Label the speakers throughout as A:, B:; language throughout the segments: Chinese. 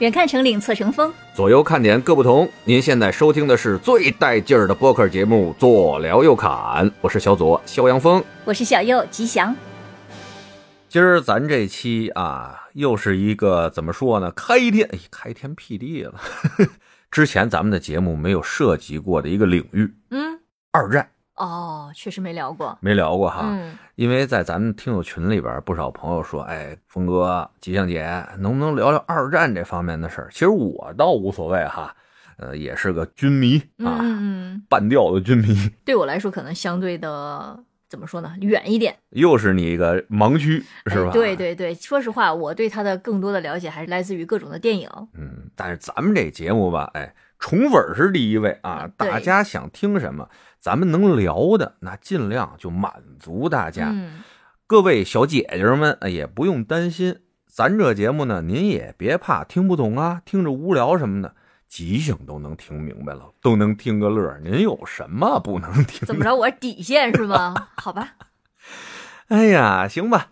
A: 远看成岭侧成峰。
B: 左右看点各不同。您现在收听的是最带劲儿的播客节目《左聊右侃》，我是小左肖阳峰。
A: 我是小右吉祥，
B: 今儿咱这期啊，又是一个怎么说呢？开天哎，开天辟地了。 之前咱们的节目没有涉及过的一个领域
A: 嗯，
B: ——二战，
A: 哦，确实没聊过，
B: 没聊过哈。
A: 嗯，
B: 因为在咱们听友群里边，不少朋友说：“哎，峰哥、吉祥姐，能不能聊聊二战这方面的事儿？”其实我倒无所谓哈，呃，也是个军迷啊，
A: 嗯嗯
B: 半吊子军迷。
A: 嗯，对我来说可能相对的怎么说呢，远一点，
B: 又是你一个盲区是吧、
A: 哎对，对对，说实话，我对他的更多的了解还是来自于各种的电影。
B: 嗯，但是咱们这节目吧，哎，宠粉儿是第一位啊，
A: 对
B: 大家想听什么，咱们能聊的那尽量就满足大家。
A: 嗯，
B: 各位小姐姐们哎也不用担心，咱这节目呢，您也别怕听不懂啊，听着无聊什么的，吉性都能听明白了，都能听个乐儿。您有什么不能听？
A: 怎么？着，我是底线是吗？好吧，
B: 哎呀，行吧，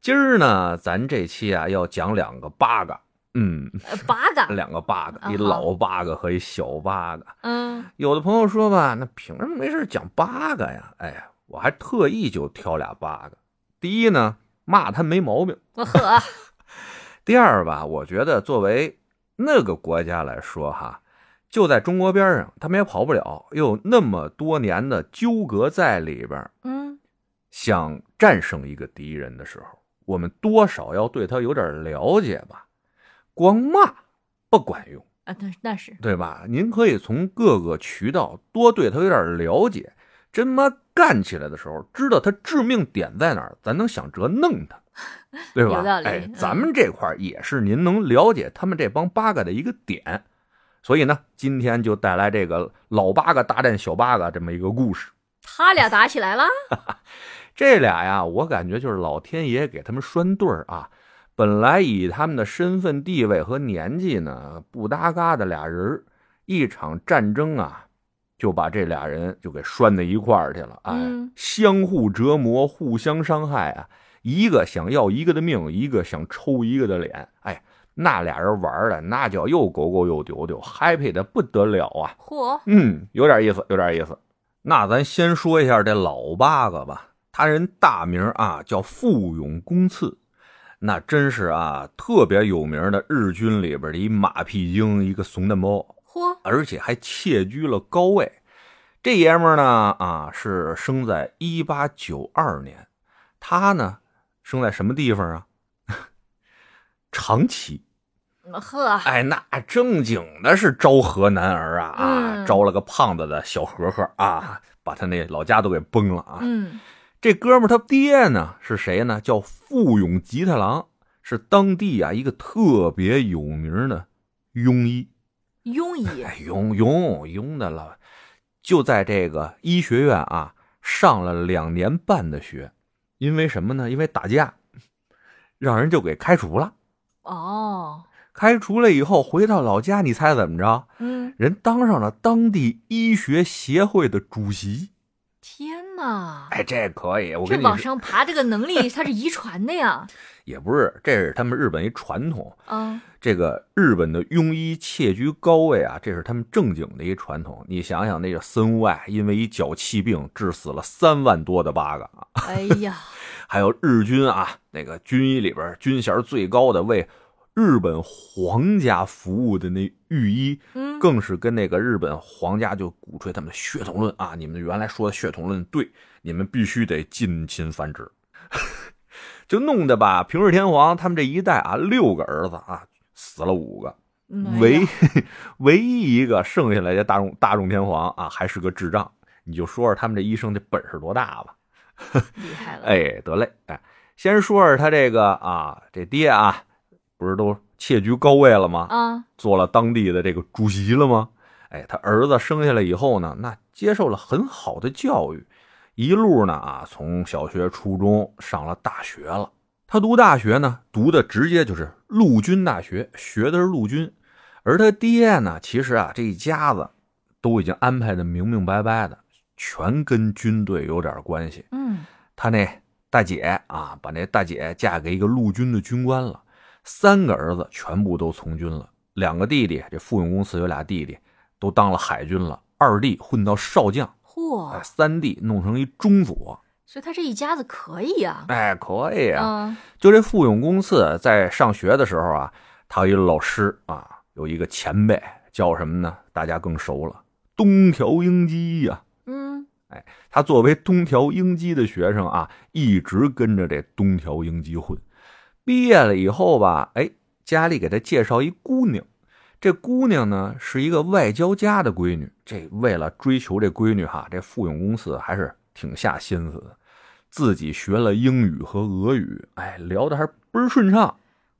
B: 今儿呢，咱这期啊要讲两个 bug，嗯，
A: 呃八嘎，
B: 两个 bug，
A: 啊
B: 一
A: 好
B: 老 bug 和一小 bug。
A: 嗯
B: 有的朋友说吧，那凭什么没事讲 bug 呀？哎呀，我还特意就挑俩 bug。第一呢，骂他没毛病；
A: 我呵，
B: 第二吧，我觉得作为那个国家来说哈，就在中国边上，他们也跑不了，又有那么多年的纠葛在里边，
A: 嗯，
B: 想战胜一个敌人的时候，我们多少要对他有点了解吧。光骂不管用。
A: 啊，那那是，
B: 对吧？您可以从各个渠道多对他有点了解，真妈干起来的时候，知道他致命点在哪儿，咱能想辙弄他，对吧
A: 有道？理
B: 哎
A: 嗯，
B: 咱们这块儿也是您能了解他们这帮八嘎的一个点，所以呢，今天就带来这个老八嘎大战小八嘎这么一个故事。
A: 他俩打起来了，
B: 这俩呀，我感觉就是老天爷给他们拴对儿啊。本来以他们的身份地位和年纪呢不搭嘎的俩人儿，一场战争啊，就把这俩人就给拴到一块儿去了。哎，
A: 嗯
B: 相互折磨，互相伤害啊，一个想要一个的命，一个想抽一个的脸。哎，那俩人玩的那叫又狗狗又丢丢，happy 的不得了啊！
A: 嚯，
B: 嗯，有点意思，有点意思。那咱先说一下这老八个吧，他人大名啊叫富永公次，那真是啊特别有名的日军里边的一马屁精，一个怂蛋包，
A: 嚯，
B: 而且还窃居了高位。这爷们儿呢啊是生在一八九二年，他呢生在什么地方啊？ 长崎。
A: 嗯呵，
B: 哎，那正经的是招河南儿啊啊，
A: 嗯
B: 招了个胖子的小和和啊，把他那老家都给崩了啊。
A: 嗯，
B: 这哥们儿他爹呢是谁呢？叫富永吉太郎，是当地啊一个特别有名的庸医。
A: 庸医，
B: 哎，庸庸庸的了，就在这个医学院啊上了两年半的学，因为什么呢？因为打架，让人就给开除了。
A: 哦，
B: 开除了以后回到老家，你猜怎么着？
A: 嗯，
B: 人当上了当地医学协会的主席。
A: 天哪，
B: 哎，这可以，我
A: 这
B: 跟你
A: 往
B: 说，
A: 上爬这个能力，它是遗传的呀，
B: 也不是，这是他们日本一传统。
A: 嗯，
B: 这个日本的庸医窃居高位啊，这是他们正经的一传统。你想想，那个森外因为一脚气病致死了三万多的八个，啊
A: 哎呀，
B: 还有日军啊，那个军医里边军衔最高的为日本皇家服务的那御医，
A: 嗯，
B: 更是跟那个日本皇家就鼓吹他们的血统论啊，你们原来说的血统论对，你们必须得近亲繁殖， 就弄得吧，平日天皇他们这一代啊，六个儿子啊，死了五个，
A: 嗯哎呀
B: 唯 唯一一个剩下来的大众大众天皇啊，还是个智障，你就说说他们这医生这本事多大吧。
A: 厉害了，
B: 哎，得嘞，哎，先说说他这个啊，这爹啊，不是都窃居高位了吗？
A: 啊，
B: 做了当地的这个主席了吗？哎，他儿子生下来以后呢，那接受了很好的教育，一路呢啊，从小学、初中上了大学了。他读大学呢，读的直接就是陆军大学，学的是陆军。而他爹呢，其实啊，这一家子都已经安排的明明白白的，全跟军队有点关系。
A: 嗯，
B: 他那大姐啊，把那大姐嫁给一个陆军的军官了，三个儿子全部都从军了，两个弟弟，这附庸公祠有俩弟弟，都当了海军了。二弟混到少将，哎，
A: 嚯，
B: 三弟弄成一中佐，
A: 所以他这一家子可以啊。
B: 哎，可以啊。
A: 嗯，
B: 就这傅永公次在上学的时候啊，他有一老师啊，有一个前辈叫什么呢？大家更熟了，东条英机呀、
A: 嗯，
B: 他作为东条英机的学生啊，一直跟着这东条英机混。毕业了以后吧，哎，家里给他介绍一姑娘，这姑娘呢是一个外交家的闺女。这为了追求这闺女哈，这富永公司还是挺下心思的，自己学了英语和俄语，哎，聊的还倍儿顺畅，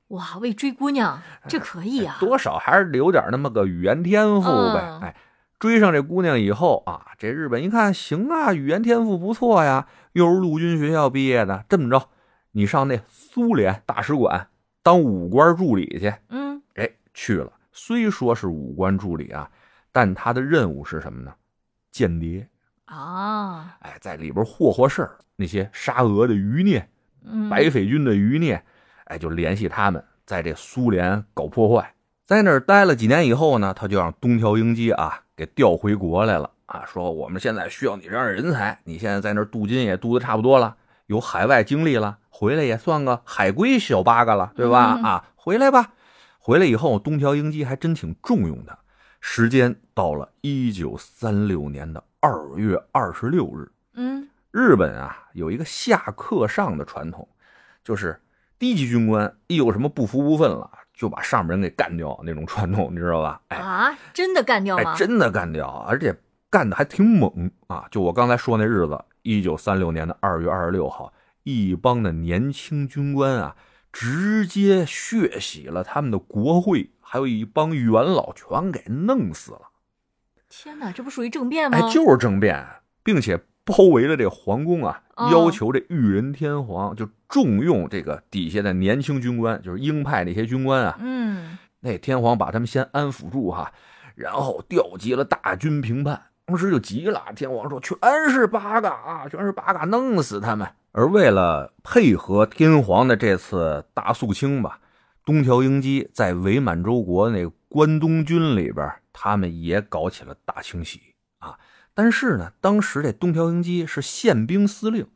A: 哇，为追姑娘，这可以啊。
B: 哎多少还是留点那么个语言天赋呗
A: 嗯。
B: 哎，追上这姑娘以后啊，这日本一看行啊，语言天赋不错呀，又是陆军学校毕业的，这么着，你上那苏联大使馆当武官助理去。
A: 嗯，
B: 哎，去了，虽说是武官助理啊，但他的任务是什么呢？间谍。
A: 啊，
B: 哎，在里边霍霍事儿，那些沙俄的余孽、
A: 嗯，
B: 白匪军的余孽，哎，就联系他们在这苏联搞破坏。在那儿待了几年以后呢，他就让东条英机啊给调回国来了啊，说我们现在需要你这样的人才，你现在在那儿镀金也镀的差不多了，有海外经历了，回来也算个海归小八嘎了，对吧？
A: 嗯
B: 啊，回来吧。回来以后，东条英机还真挺重用他。时间到了一九三六年的二月二十六日，
A: 嗯，
B: 日本啊有一个下课上的传统，就是低级军官一有什么不服不忿了，就把上面人给干掉那种传统，你知道吧？哎
A: 啊，真的干掉
B: 哎，
A: 吗？
B: 真的干掉，而且干的还挺猛啊！就我刚才说那日子，一九三六年的二月二十六号，一帮的年轻军官啊，直接血洗了他们的国会，还有一帮元老，全给弄死了。
A: 天哪，这不属于政变吗
B: 哎？，就是政变，并且包围了这皇宫啊，
A: 哦
B: 要求这裕仁天皇就重用这个底下的年轻军官，就是鹰派那些军官啊。
A: 嗯，
B: 那天皇把他们先安抚住哈、然后调集了大军平叛。当时就急了，天皇说全是八嘎啊，全是八嘎，弄死他们。而为了配合天皇的这次大肃清吧，东条英机在伪满洲国那关东军里边，他们也搞起了大清洗啊。但是呢，当时这东条英机是宪兵司令，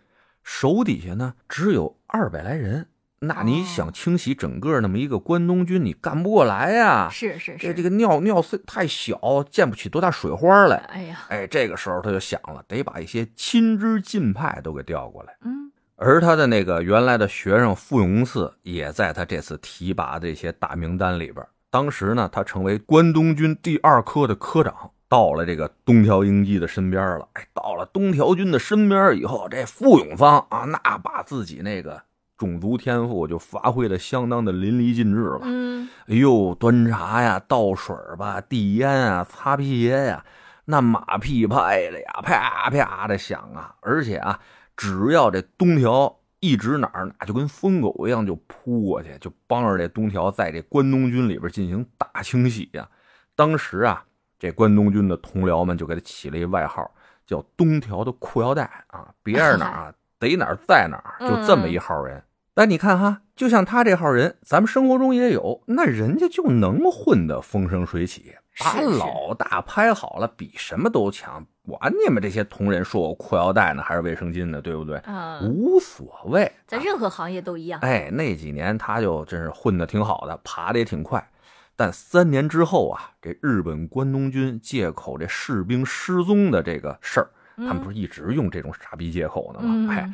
B: 手底下呢只有二百来人，那你
A: 哦
B: 想清洗整个那么一个关东军，你干不过来呀。
A: 是是
B: 这
A: 是，
B: 啊这个尿尿虽太小，溅不起多大水花来。
A: 哎呀，
B: 哎，这个时候他就想了，得把一些亲之近派都给调过来。
A: 嗯，
B: 而他的那个原来的学生傅永嗣也在他这次提拔的这些大名单里边。当时呢，他成为关东军第二科的科长，到了这个东条英机的身边了。哎，到了东条军的身边以后，这傅永芳啊，那把自己那个种族天赋就发挥的相当的淋漓尽致了。
A: 嗯，
B: 哎呦，端茶呀，倒水儿吧，递烟啊，擦皮鞋呀，那马屁拍的呀，啪啪的响啊！而且啊，只要这东条一指哪儿，那就跟疯狗一样就扑过去，就帮着这东条在这关东军里边进行大清洗呀、当时啊，这关东军的同僚们就给他起了一外号，叫“东条的裤腰带”啊，别人哪儿啊逮哪儿在哪儿，就这么一号人。但你看哈，就像他这号人，咱们生活中也有，那人家就能混得风生水起，把
A: 是是
B: 老大拍好了，比什么都强。管你们这些同仁说我裤腰带呢，还是卫生巾呢，对不对？
A: 啊，
B: 无所谓，
A: 在任何行业都一样。
B: 哎，那几年他就真是混得挺好的，爬得也挺快。但三年之后啊，这日本关东军借口这士兵失踪的这个事儿，他们不是一直用这种傻逼借口呢
A: 嗯
B: 吗？哎，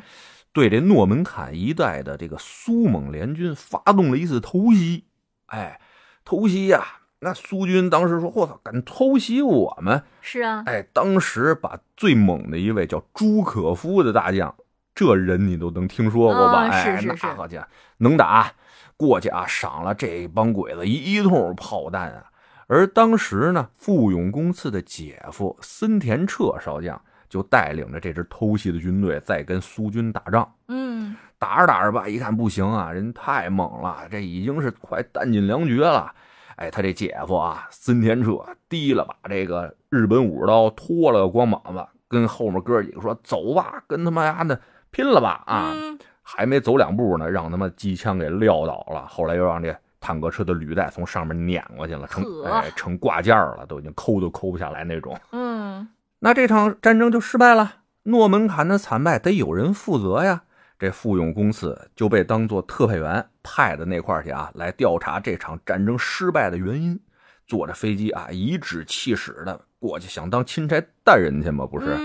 B: 对这诺门坎一带的这个苏蒙联军发动了一次偷袭。哎，偷袭呀、那苏军当时说：“我操，敢偷袭我们！”
A: 是啊，
B: 哎，当时把最猛的一位叫朱可夫的大将，这人你都能听说过吧？
A: 啊
B: 哎，
A: 是是是
B: 那好家能打，过去啊，赏了这帮鬼子一一通炮弹啊。而当时呢，富永公次的姐夫森田彻少将就带领着这支偷袭的军队在跟苏军打仗。
A: 嗯，
B: 打着打着吧，一看不行啊，人太猛了，这已经是快弹尽粮绝了。哎，他这姐夫啊，森田彻提了把这个日本武士刀，脱了个光膀子，跟后面哥几个说：“走吧，跟他妈的拼了吧！”啊，
A: 嗯
B: 还没走两步呢，让他妈机枪给撂倒了。后来又让这坦克车的履带从上面碾过去了，成
A: 呵
B: 哎成挂件儿了，都已经抠都抠不下来那种。
A: 嗯，
B: 那这场战争就失败了。诺门坎的惨败得有人负责呀。这富永公次就被当做特派员派到那块儿去啊，来调查这场战争失败的原因。坐着飞机啊，颐指气使的过去，想当钦差带人去嘛，不
A: 不
B: 是？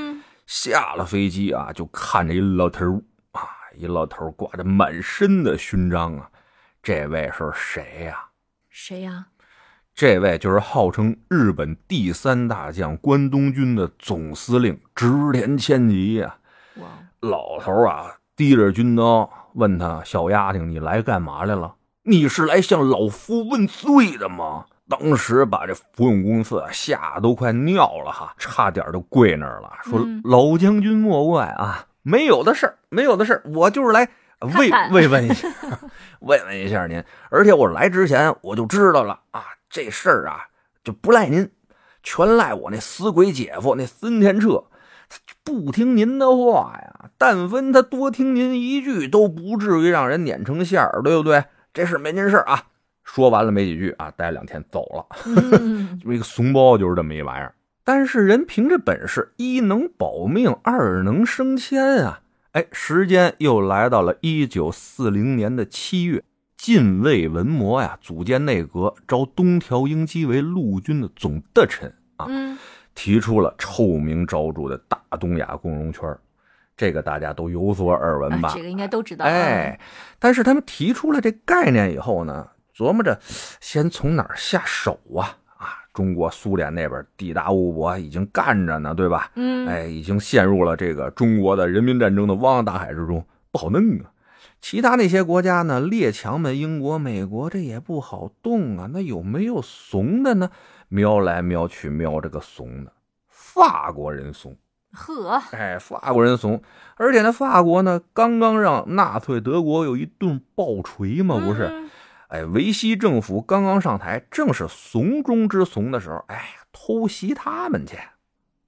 B: 下了飞机啊，就看着一老头儿啊，一老头儿挂着满身的勋章啊，这位是谁呀、
A: 谁呀？
B: 这位就是号称日本第三大将关东军的总司令直田千吉呀、
A: 哇，
B: 老头儿啊，提着军刀问他：“小丫头，你来干嘛来了？你是来向老夫问罪的吗？”当时把这福永公次啊吓得都快尿了哈，差点就跪那儿了，说：“
A: 嗯
B: 老将军莫怪啊，没有的事儿，没有的事儿，我就是来呃慰
A: 看看
B: 慰问一下， 慰问一下您。而且我来之前我就知道了啊，这事儿啊就不赖您，全赖我那死鬼姐夫那森田彻，他不听您的话呀。但分他多听您一句，都不至于让人碾成馅儿，对不对？这事没您事儿啊。说完了没几句啊，待两天走了。
A: 嗯
B: 这个怂包就是这么一玩意儿。但是人凭着本事，一能保命，二能升迁啊！哎，时间又来到了一九四零年的七月，近卫文磨呀组建内阁，招东条英机为陆军的总德臣啊，
A: 嗯，
B: 提出了臭名昭著的大东亚共荣圈儿。这个大家都有所耳闻吧？
A: 啊这个应该都知道。
B: 哎，但是他们提出了这概念以后呢，琢磨着先从哪儿下手啊？啊，中国苏联那边地大物博，已经干着呢，对吧？
A: 嗯，嗯，
B: 哎，已经陷入了这个中国的人民战争的汪洋大海之中，不好弄啊。其他那些国家呢，列强们，英国、美国，这也不好动啊。那有没有怂的呢？瞄来瞄去，瞄这个怂的，法国人怂。
A: 呵，
B: 哎，法国人怂，而且呢，法国呢刚刚让纳粹德国有一顿暴锤嘛，不是？
A: 嗯，
B: 哎，维希政府刚刚上台，正是怂中之怂的时候，哎，偷袭他们去。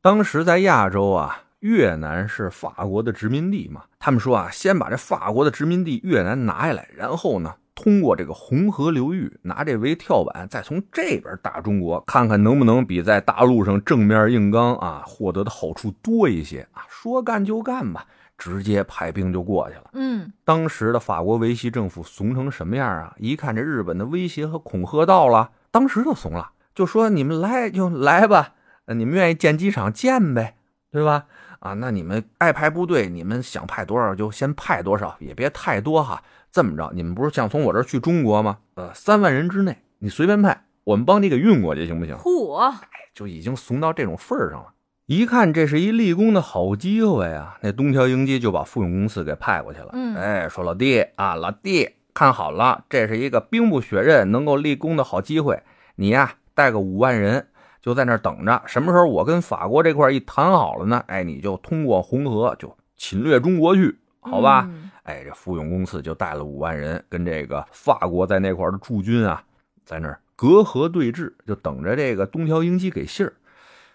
B: 当时在亚洲啊，越南是法国的殖民地嘛，他们说啊，先把这法国的殖民地越南拿下来，然后呢，通过这个红河流域拿这为跳板，再从这边打中国，看看能不能比在大陆上正面硬刚啊获得的好处多一些啊。说干就干吧，直接派兵就过去了。
A: 嗯，
B: 当时的法国维希政府怂成什么样啊？一看这日本的威胁和恐吓到了，当时就怂了，就说你们来就来吧，呃你们愿意建机场建呗，对吧？啊，那你们爱派部队，你们想派多少就先派多少，也别太多哈。这么着，你们不是想从我这儿去中国吗？呃，三万人之内，你随便派，我们帮你给运过去，行不行？
A: 嚯，
B: 就已经怂到这种份儿上了。一看这是一立功的好机会啊，那东条英机就把富永公司给派过去了。
A: 嗯
B: 哎，说老弟啊，老弟，看好了，这是一个兵不血刃能够立功的好机会。你呀、带个五万人，就在那儿等着，什么时候我跟法国这块儿一谈好了呢？哎，你就通过红河就侵略中国去，好吧？
A: 嗯
B: 哎，这富永公次就带了五万人，跟这个法国在那块儿的驻军啊，在那儿隔河对峙，就等着这个东条英机给信儿。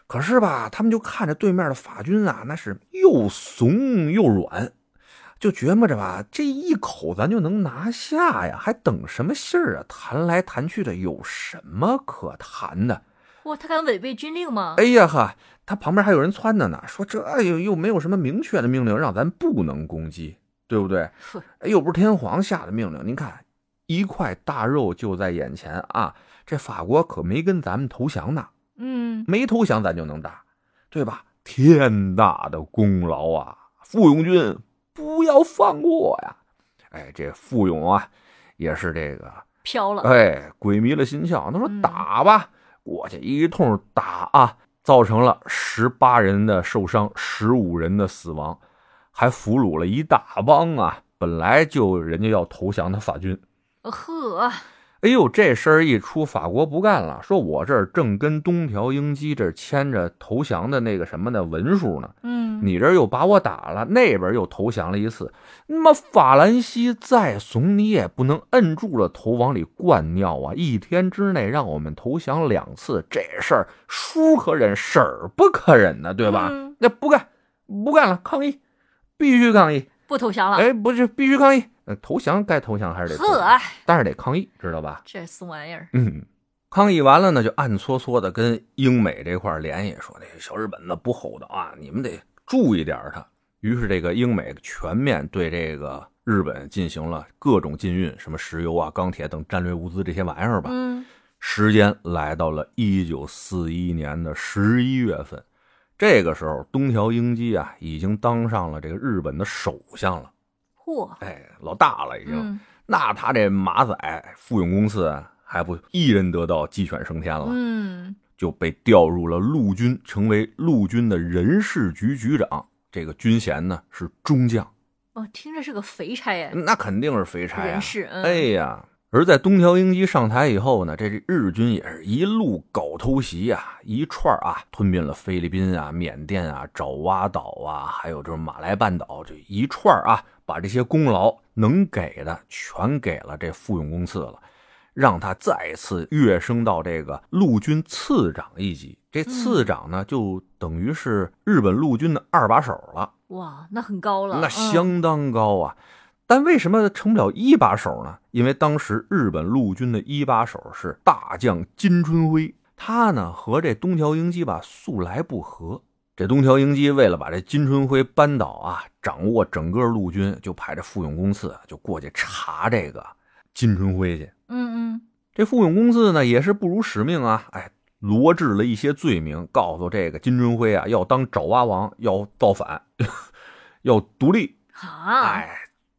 B: 可是吧，他们就看着对面的法军啊，那是又怂又软，就觉摸着吧，这一口咱就能拿下呀，还等什么信儿啊？谈来谈去的，有什么可谈的？
A: 哇，他敢违背军令吗？
B: 哎，呀哈，他旁边还有人撺掇呢，说这又又没有什么明确的命令让咱不能攻击，对不对？
A: 呵
B: 哎，又不是天皇下的命令，您看，一块大肉就在眼前啊！这法国可没跟咱们投降呢，
A: 嗯，
B: 没投降咱就能打，对吧？天大的功劳啊！傅永军，不要放过呀！哎，这傅永啊，也是这个
A: 飘了，
B: 哎，鬼迷了心窍。他说
A: 嗯
B: 打吧，过去一通打啊，造成了十八人的受伤，十五人的死亡，还俘虏了一大帮啊，本来就人家要投降的法军。
A: 呃呵，
B: 哎呦，这事儿一出，法国不干了，说我这儿正跟东条英机这儿签着投降的那个什么的文书呢，
A: 嗯，
B: 你这儿又把我打了，那边又投降了一次，那么法兰西再怂，你也不能摁住了头往里灌尿啊！一天之内让我们投降两次，这事儿叔可忍，婶儿不可忍呢，对吧？
A: 嗯
B: 那不干，不干了，抗议，必须抗议！哎
A: 不投降了，
B: 哎，不是，必须抗议！呃，投降该投降还是得投降，
A: 呵，
B: 但是得抗议，知道吧？
A: 啊这怂玩意儿，
B: 嗯，抗议完了呢，就暗搓搓的跟英美这块儿联系，说那小日本子不厚道啊，你们得注意点儿他。于是这个英美全面对这个日本进行了各种禁运，什么石油啊、钢铁等战略物资这些玩意儿吧。
A: 嗯，
B: 时间来到了一九四一年的十一月份，这个时候东条英机啊已经当上了这个日本的首相了，
A: 嚯，
B: 哎，老大了已经。
A: 嗯
B: 那他这马仔富永公司还不一人得道鸡犬升天了，
A: 嗯，
B: 就被调入了陆军，成为陆军的人事局局长。这个军衔呢是中将，
A: 我哦听着是个肥差呀，
B: 哎那肯定是肥差呀、
A: 人事，嗯，
B: 哎呀，而在东条英机上台以后呢，这日军也是一路搞偷袭呀、一串儿啊吞并了菲律宾啊、缅甸啊、爪哇岛啊，还有就是马来半岛，这一串儿啊，把这些功劳能给的全给了这富永公次了。让他再次跃升到这个陆军次长一级，这次长呢，就等于是日本陆军的二把手了。
A: 哇，那很高了，
B: 那
A: 嗯，
B: 相当高啊。但为什么成不了一把手呢？因为当时日本陆军的一把手是大将金春辉，他呢和这东条英机吧素来不和。这东条英机为了把这金春辉扳倒啊，掌握整个陆军，就派这富永公次就过去查这个金春辉去。
A: 嗯嗯，
B: 这富永公次呢也是不辱使命啊，哎，罗织了一些罪名，告诉这个金春辉啊要当爪哇王，要造反， 要独立，
A: 啊，
B: 哎，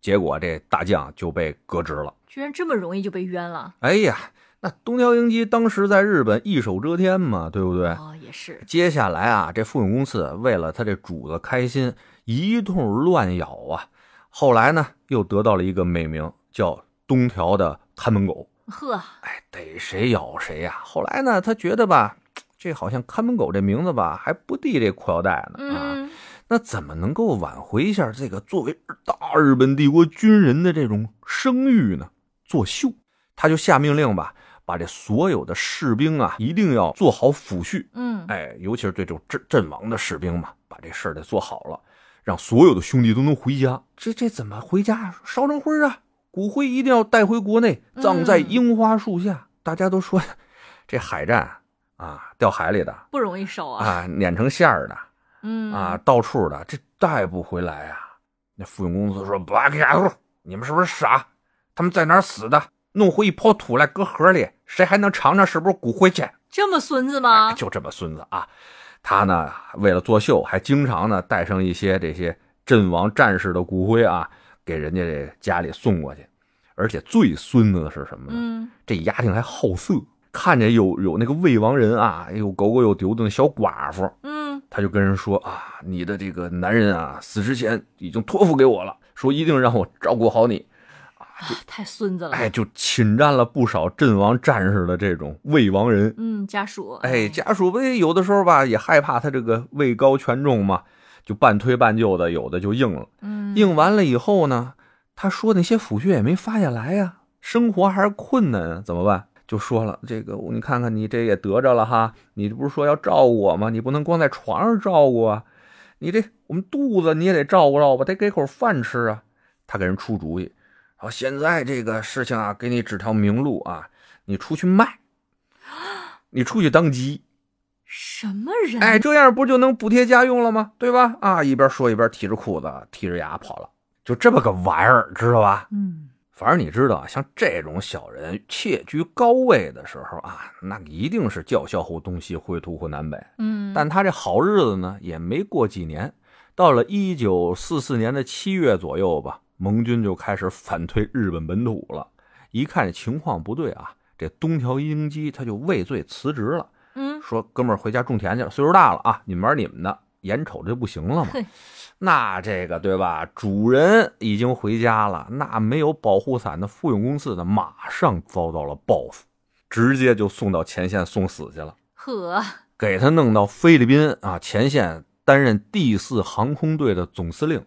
B: 结果这大将就被革职了。
A: 居然这么容易就被冤了，
B: 哎呀，那东条英机当时在日本一手遮天嘛，对不对？
A: 哦，也是，
B: 接下来啊，这富永公次为了他这主子开心，一通乱咬啊。后来呢，又得到了一个美名，叫东条的看门狗。
A: 呵，
B: 哎，逮谁咬谁呀、后来呢，他觉得吧，这好像看门狗这名字吧，还不敌这裤腰带呢啊。
A: 嗯，
B: 那怎么能够挽回一下这个作为大日本帝国军人的这种声誉呢？作秀，他就下命令吧，把这所有的士兵啊，一定要做好抚恤，
A: 嗯，
B: 哎，尤其是对这种阵阵亡的士兵嘛，把这事儿得做好了，让所有的兄弟都能回家。这这怎么回家？烧成灰啊！骨灰一定要带回国内，葬在
A: 嗯
B: 樱花树下。大家都说，这海战啊，掉海里的
A: 不容易烧啊，
B: 啊，碾成馅儿的。
A: 嗯
B: 啊，，到处的这带不回来啊。那富永公子说：“不给家伙，你们是不是傻？他们在哪儿死的？弄回一泡土来搁河里，谁还能尝尝是不是骨灰去？”
A: 这么孙子
B: 哎
A: 吗？
B: 就这么孙子啊！他呢，为了作秀，还经常呢带上一些这些阵亡战士的骨灰啊，给人家这家里送过去。而且最孙子的是什么呢？
A: 嗯，
B: 这丫挺还好色，看见有有那个未亡人啊，有狗狗有丢的那小寡妇，
A: 嗯，
B: 他就跟人说啊，你的这个男人啊，死之前已经托付给我了，说一定让我照顾好你。
A: 啊太孙子了，
B: 哎，就侵占了不少阵亡战士的这种未亡人。
A: 嗯，家属，
B: 哎，家属呗，有的时候吧也害怕他这个位高权重嘛，就半推半就的，有的就应了。
A: 嗯，
B: 应完了以后呢，他说那些抚恤也没发下来呀、生活还是困难啊，怎么办？就说了这个，你看看你这也得着了哈，你不是说要照顾我吗？你不能光在床上照顾啊，你这我们肚子你也得照顾照顾，得给口饭吃啊。他给人出主意，好，现在这个事情啊，给你指条明路啊，你出去卖，你出去当鸡。
A: 什么人？
B: 哎，这样不就能补贴家用了吗？对吧？啊，一边说一边提着裤子、提着牙跑了，就这么个玩意儿，知道吧？
A: 嗯，
B: 反正你知道啊，像这种小人窃居高位的时候啊，那一定是叫嚣乎东西，绘图乎南北。
A: 嗯，
B: 但他这好日子呢，也没过几年，到了一九四四年的七月左右吧，盟军就开始反推日本本土了。一看情况不对啊，这东条英机他就畏罪辞职了。
A: 嗯，
B: 说哥们儿回家种田去了，岁数大了啊，你们玩你们的，眼瞅着就不行了嘛
A: 嘿。
B: 那这个对吧？主人已经回家了，那没有保护伞的富永公司呢，马上遭到了报复，直接就送到前线送死去了，
A: 呵，
B: 给他弄到菲律宾啊前线担任第四航空队的总司令。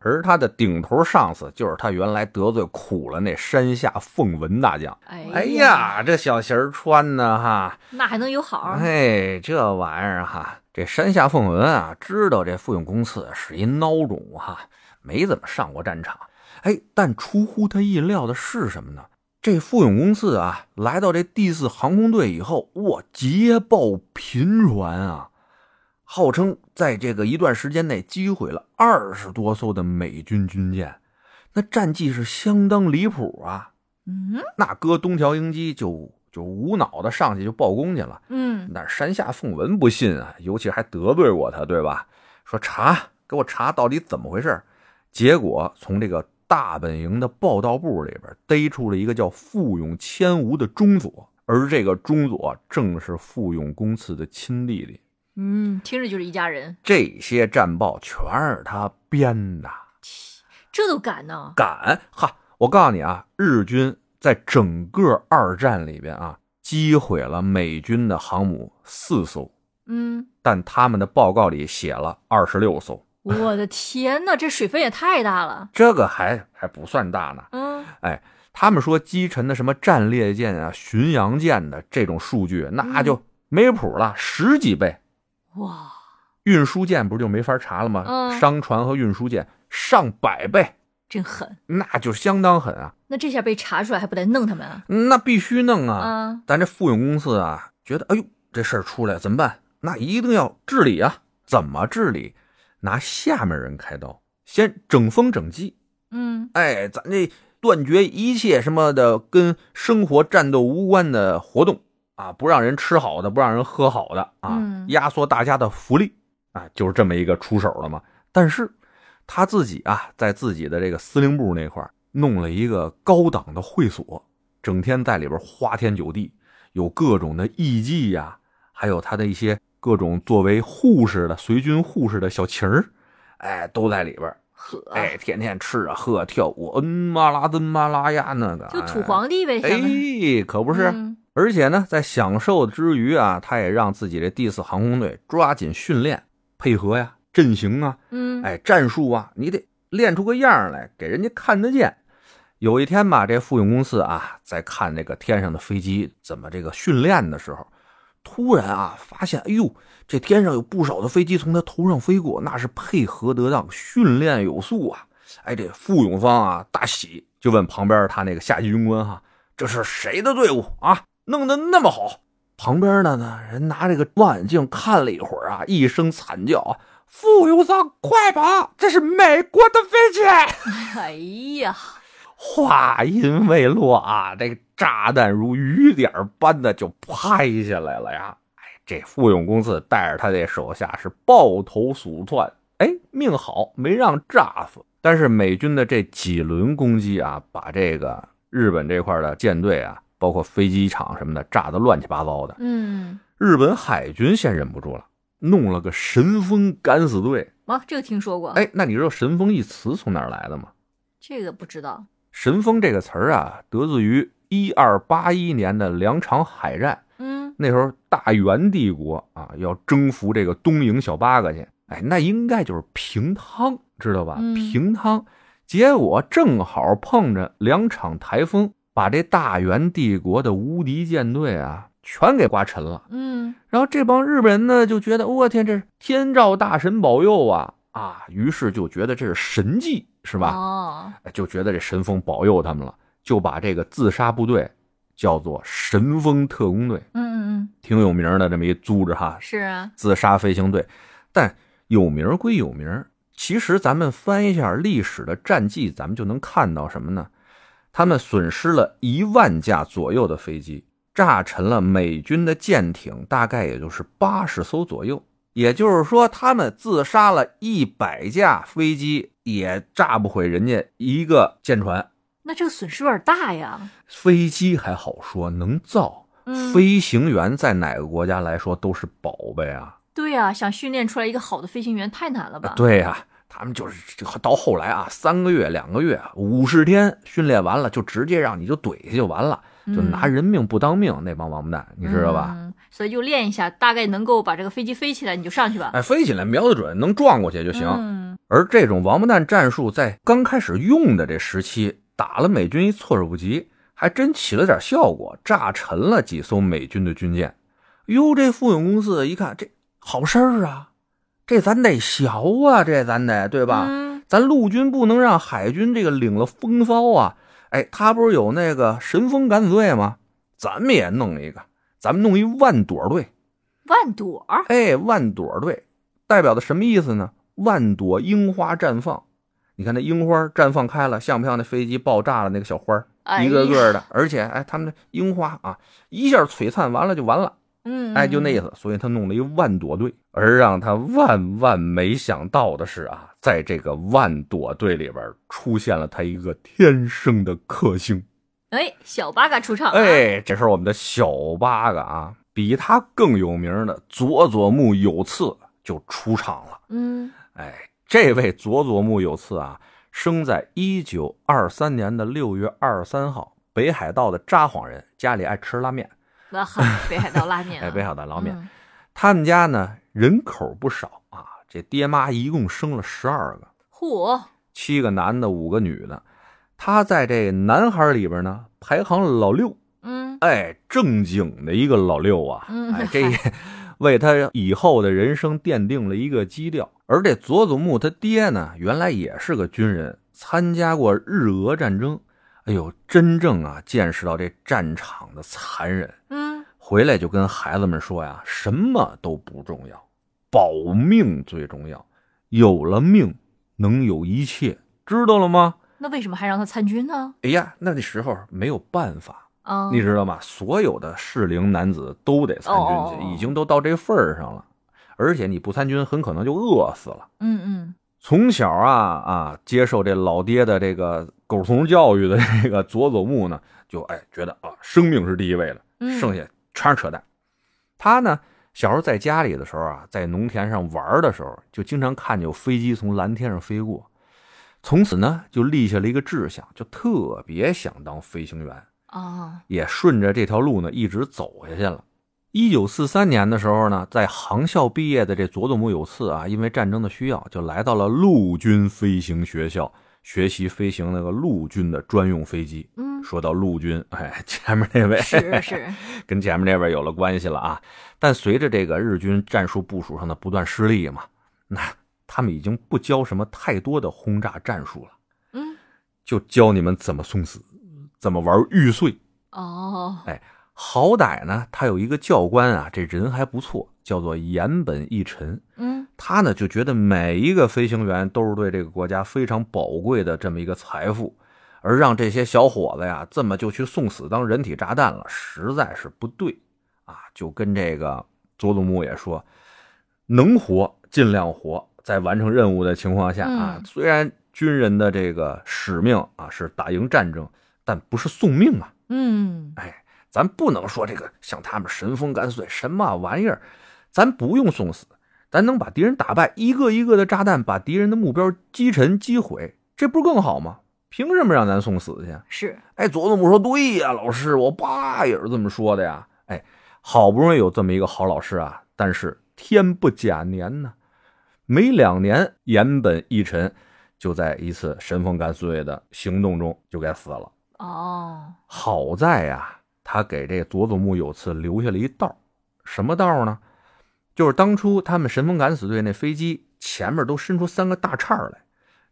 B: 而他的顶头上司就是他原来得罪苦了那山下奉文大将。
A: 哎
B: 哎，呀，这小鞋儿穿的哈，
A: 那还能有好？
B: 哎，这玩意儿哈，这山下奉文啊，知道这富永公次是一孬种哈，没怎么上过战场。哎，但出乎他意料的是什么呢？这富永公次啊，来到这第四航空队以后，哇，捷报频传啊，号称在这个一段时间内击毁了二十多艘的美军军舰，那战绩是相当离谱啊。
A: 嗯
B: 那搁东条英机就就无脑的上去就报功去了。
A: 嗯，
B: 那山下奉文不信啊，尤其还得罪过他，对吧？说查，给我查到底怎么回事儿。结果从这个大本营的报道部里边逮出了一个叫富永千吾的中佐，而这个中佐正是富永公次的亲弟弟。
A: 嗯，听着就是一家人，
B: 这些战报全是他编的，
A: 这都敢呢？
B: 敢哈！我告诉你啊，日军在整个二战里边啊，击毁了美军的航母四艘，
A: 嗯，
B: 但他们的报告里写了二十六艘，
A: 我的天呐，这水分也太大了。
B: 这个还还不算大呢。
A: 嗯
B: 他们说击沉的什么战列舰啊、巡洋舰的这种数据，那就没谱了，十几倍。
A: 哇，
B: 运输舰不是就没法查了吗？
A: 嗯
B: 商船和运输舰上百倍，
A: 真狠！
B: 那就相当狠啊！
A: 那这下被查出来还不得弄他们啊？
B: 那必须弄啊！
A: 啊，
B: 咱这富永公司啊，觉得哎呦这事儿出来怎么办？那一定要治理啊！怎么治理？拿下面人开刀，先整风整纪。
A: 嗯
B: 哎，咱这断绝一切什么的跟生活战斗无关的活动啊，不让人吃好的，不让人喝好的啊，
A: 嗯
B: 压缩大家的福利啊，就是这么一个出手了嘛。但是他自己啊，在自己的这个司令部那块儿弄了一个高档的会所，整天在里边花天酒地，有各种的艺妓呀、还有他的一些各种作为护士的随军护士的小情儿，哎，都在里边儿。
A: 呵，
B: 哎，天天吃啊喝啊跳舞，嗯嘛啦嗯嘛啦呀，那个
A: 就土，皇帝呗，
B: 哎
A: 相当于，
B: 哎，可不是。
A: 嗯
B: 而且呢，在享受之余啊，他也让自己这第四航空队抓紧训练，配合呀阵型啊，
A: 嗯，
B: 哎战术啊，你得练出个样儿来，给人家看得见。有一天吧，这富永公司啊，在看这个天上的飞机怎么这个训练的时候，突然啊发现，哎呦，这天上有不少的飞机从他头上飞过，那是配合得当，训练有素啊！哎，这傅永芳啊大喜，就问旁边他那个下级军官哈、这是谁的队伍啊？弄得那么好。旁边的呢，人拿这个望远镜看了一会儿啊，一声惨叫啊！傅永芳，快跑！这是美国的飞机！
A: 哎呀，
B: 话音未落啊，这个炸弹如雨点般的就拍下来了呀！哎，这富永公次带着他这手下是抱头鼠窜，哎，命好没让炸死。但是美军的这几轮攻击啊，把这个日本这块的舰队啊，包括飞机场什么的，炸得乱七八糟的。
A: 嗯，
B: 日本海军先忍不住了，弄了个神风敢死队。
A: 哦，这个听说过，，
B: 哎，那你知道“神风”一词从哪儿来的吗？
A: 这个不知道，
B: 神风这个词儿啊，得自于一二八一年的两场海战。
A: 嗯
B: 那时候大元帝国啊，要征服这个东瀛小八个去，哎，那应该就是平汤，知道吧？
A: 嗯
B: 平汤，结果正好碰着两场台风，把这大元帝国的无敌舰队啊，全给刮沉了。
A: 嗯，
B: 然后这帮日本人呢就觉得，我、天，这是天照大神保佑啊啊！于是就觉得这是神迹，是吧？
A: 哦，
B: 就觉得这神风保佑他们了，就把这个自杀部队叫做神风特工队，
A: 嗯嗯嗯，
B: 挺有名的这么一组织哈，
A: 是啊，
B: 自杀飞行队。但有名归有名，其实咱们翻一下历史的战绩，咱们就能看到什么呢？他们损失了一万架左右的飞机，炸沉了美军的舰艇，大概也就是八十艘左右。也就是说，他们自杀了一百架飞机，也炸不毁人家一个舰船。
A: 那这个损失有点大呀，
B: 飞机还好说，能造。
A: 嗯
B: 飞行员在哪个国家来说都是宝贝啊！
A: 对呀、想训练出来一个好的飞行员太难了吧？，
B: 呃对呀、啊他们就是这个到后来啊，三个月、两个月、啊五十天训练完了，就直接让你就怼下去就完了，就拿人命不当命，那帮王八蛋，你知道吧？
A: 嗯？所以就练一下，大概能够把这个飞机飞起来，你就上去吧。
B: 哎，飞起来瞄得准，能撞过去就行。
A: 嗯
B: 而这种王八蛋战术在刚开始用的这时期，打了美军一措手不及，还真起了点效果，炸沉了几艘美军的军舰。哟，这富永公司一看，这好事儿啊，这咱得学啊，这咱得对吧？
A: 嗯
B: 咱陆军不能让海军这个领了风骚啊！哎，他不是有那个神风敢死队吗？咱们也弄一个，咱们弄一万朵队。
A: 万朵儿，
B: 哎，万朵队代表的什么意思呢？万朵樱花绽放。你看那樱花绽放开了，像不像那飞机爆炸了那个小花儿？
A: 哎
B: 一个
A: 呀
B: 个的，而且哎，他们的樱花啊，一下璀璨完了就完了，
A: 嗯，
B: 哎，就那意思。所以他弄了一万朵队，而让他万万没想到的是啊，在这个万朵队里边出现了他一个天生的克星。
A: 哎，小八嘎出场了，
B: 哎，这是我们的小八嘎啊，比他更有名的佐佐木有次就出场了。
A: 嗯，
B: 哎，这位佐佐木有次啊，生在一九二三年的六月二十三号，北海道的札幌人，家里爱吃拉面，
A: 那好， 北海道拉面、啊，
B: 哎，北海道拉面。
A: 嗯
B: 他们家呢人口不少啊，这爹妈一共生了十二个，
A: 嚯、
B: 七个男的，五个女的。他在这男孩里边呢排行老六，
A: 嗯，
B: 哎，正经的一个老六啊，
A: 嗯
B: 哎，这也为他以后的人生奠定了一个基调。而这佐佐木他爹呢，原来也是个军人，参加过日俄战争，哎呦，真正啊见识到这战场的残忍。
A: 嗯，
B: 回来就跟孩子们说呀，什么都不重要，保命最重要。有了命，能有一切，知道了吗？
A: 那为什么还让他参军呢？
B: 哎呀，那那时候没有办法，
A: 啊、
B: 你知道吗？所有的适龄男子都得参
A: 哦
B: 军
A: 哦
B: 去，
A: 哦
B: 已经都到这份儿上了，而且你不参军，很可能就饿死了。
A: 嗯嗯，
B: 从小啊啊，接受这老爹的这个狗怂教育的这个佐佐木呢，就哎觉得啊，生命是第一位的，
A: 嗯
B: 剩下全是扯淡。他呢，小时候在家里的时候啊，在农田上玩的时候，就经常看见有飞机从蓝天上飞过，从此呢就立下了一个志向，就特别想当飞行员。
A: 啊，
B: 也顺着这条路呢一直走下去了。一九四三年的时候呢，在航校毕业的这佐佐木有次啊，因为战争的需要，就来到了陆军飞行学校学习飞行那个陆军的专用飞机。
A: 嗯，
B: 说到陆军，哎，前面那位
A: 是是，
B: 跟前面这位有了关系了啊。但随着这个日军战术部署上的不断失利嘛，那他们已经不教什么太多的轰炸战术了，
A: 嗯，
B: 就教你们怎么送死，怎么玩玉碎。
A: 哦，
B: 好歹呢，他有一个教官啊，这人还不错，叫做岩本义臣。
A: 嗯
B: 他呢就觉得每一个飞行员都是对这个国家非常宝贵的这么一个财富，而让这些小伙子呀这么就去送死当人体炸弹了，实在是不对啊！就跟这个佐佐木也说，能活尽量活，在完成任务的情况下啊，
A: 嗯
B: 虽然军人的这个使命啊是打赢战争，但不是送命啊。
A: 嗯，
B: 哎，咱不能说这个像他们神风敢碎什么玩意儿，咱不用送死，咱能把敌人打败，一个一个的炸弹把敌人的目标击沉击毁，这不是更好吗？凭什么让咱送死去？
A: 是，
B: 哎，佐佐木说：“对呀，老师，我爸也是这么说的呀。”哎，好不容易有这么一个好老师啊，但是天不假年呢，没两年，岩本一臣就在一次神风敢碎的行动中就该死了。
A: 哦，
B: 好在呀、他给这佐佐木有次留下了一道儿，什么道儿呢？就是当初他们神风敢死队那飞机前面都伸出三个大叉儿来，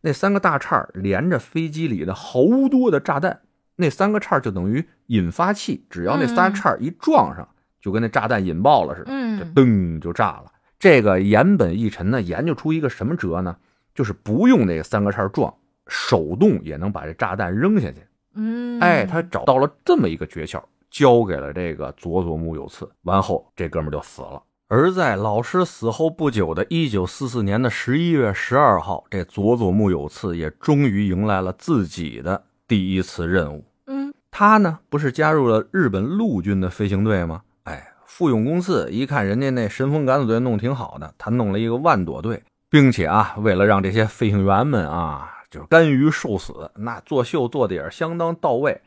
B: 那三个大叉儿连着飞机里的好多的炸弹，那三个叉儿就等于引发器，只要那仨
A: 嗯
B: 叉儿一撞上，就跟那炸弹引爆了似的，这
A: 嗯，
B: 噔就炸了。这个岩本一臣呢，研究出一个什么辙呢？就是不用那三个叉儿撞，手动也能把这炸弹扔下去。
A: 嗯，
B: 哎，他找到了这么一个诀窍，交给了这个佐佐木有次。完后，这哥们儿就死了。而在老师死后不久的1944年的11月12号，这佐佐木有次也终于迎来了自己的第一次任务。
A: 嗯，
B: 他呢，不是加入了日本陆军的飞行队吗？哎，富永公司一看人家那神风敢死队弄挺好的，他弄了一个万朵队，并且啊，为了让这些飞行员们啊，就是甘于受死，那作秀做的也是相当到位，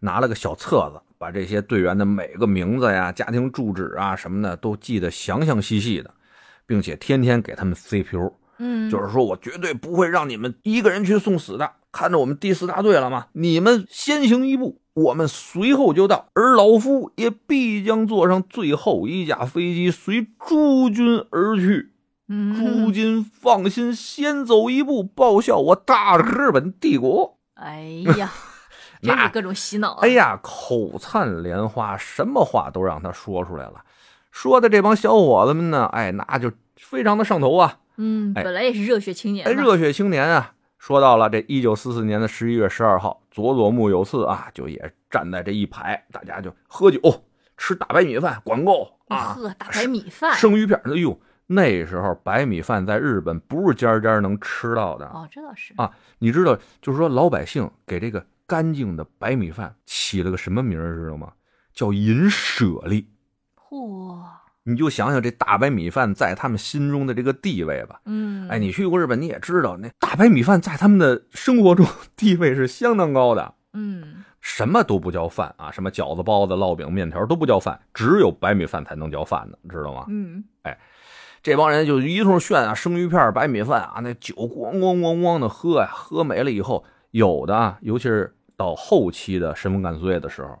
B: 拿了个小册子，把这些队员的每个名字呀、家庭住址啊什么的都记得详详细细的，并且天天给他们塞皮儿。
A: 嗯，
B: 就是说我绝对不会让你们一个人去送死的。看着我们第四大队了吗？你们先行一步，我们随后就到，而老夫也必将坐上最后一架飞机，随诸军而去。
A: 嗯
B: 如，今放心，先走一步，报效我大日本帝国。
A: 哎 呀，真
B: 那
A: 是各种洗脑啊！
B: 哎，呀，口灿莲花，什么话都让他说出来了。说的这帮小伙子们呢，哎，那就非常的上头啊，
A: 嗯，
B: 哎
A: 本来也是热血青年
B: 哎，
A: 嘛，
B: 热血青年啊。说到了这一九四四年的十一月十二号，佐佐木有次啊，就也站在这一排，大家就喝酒、吃大白米饭，管够啊，
A: 呵，哦大白米饭
B: 生鱼片儿。哎呦，那时候白米饭在日本不是家家能吃到的，
A: 哦，这倒是
B: 啊你知道，就是说老百姓给这个干净的白米饭起了个什么名儿，知道吗？叫银舍利。
A: 嚯，
B: 你就想想这大白米饭在他们心中的这个地位吧。
A: 嗯，
B: 哎，你去过日本，你也知道，那大白米饭在他们的生活中地位是相当高的。啊
A: 嗯，
B: 什么都不叫饭啊，什么饺子、包子、烙饼、面条都不叫饭，只有白米饭才能叫饭呢，知道吗？
A: 嗯
B: 这帮人就一通炫啊，生鱼片、白米饭啊，那酒咣咣咣咣的喝呀、喝没了以后，有的啊，尤其是到后期的神风敢碎的时候，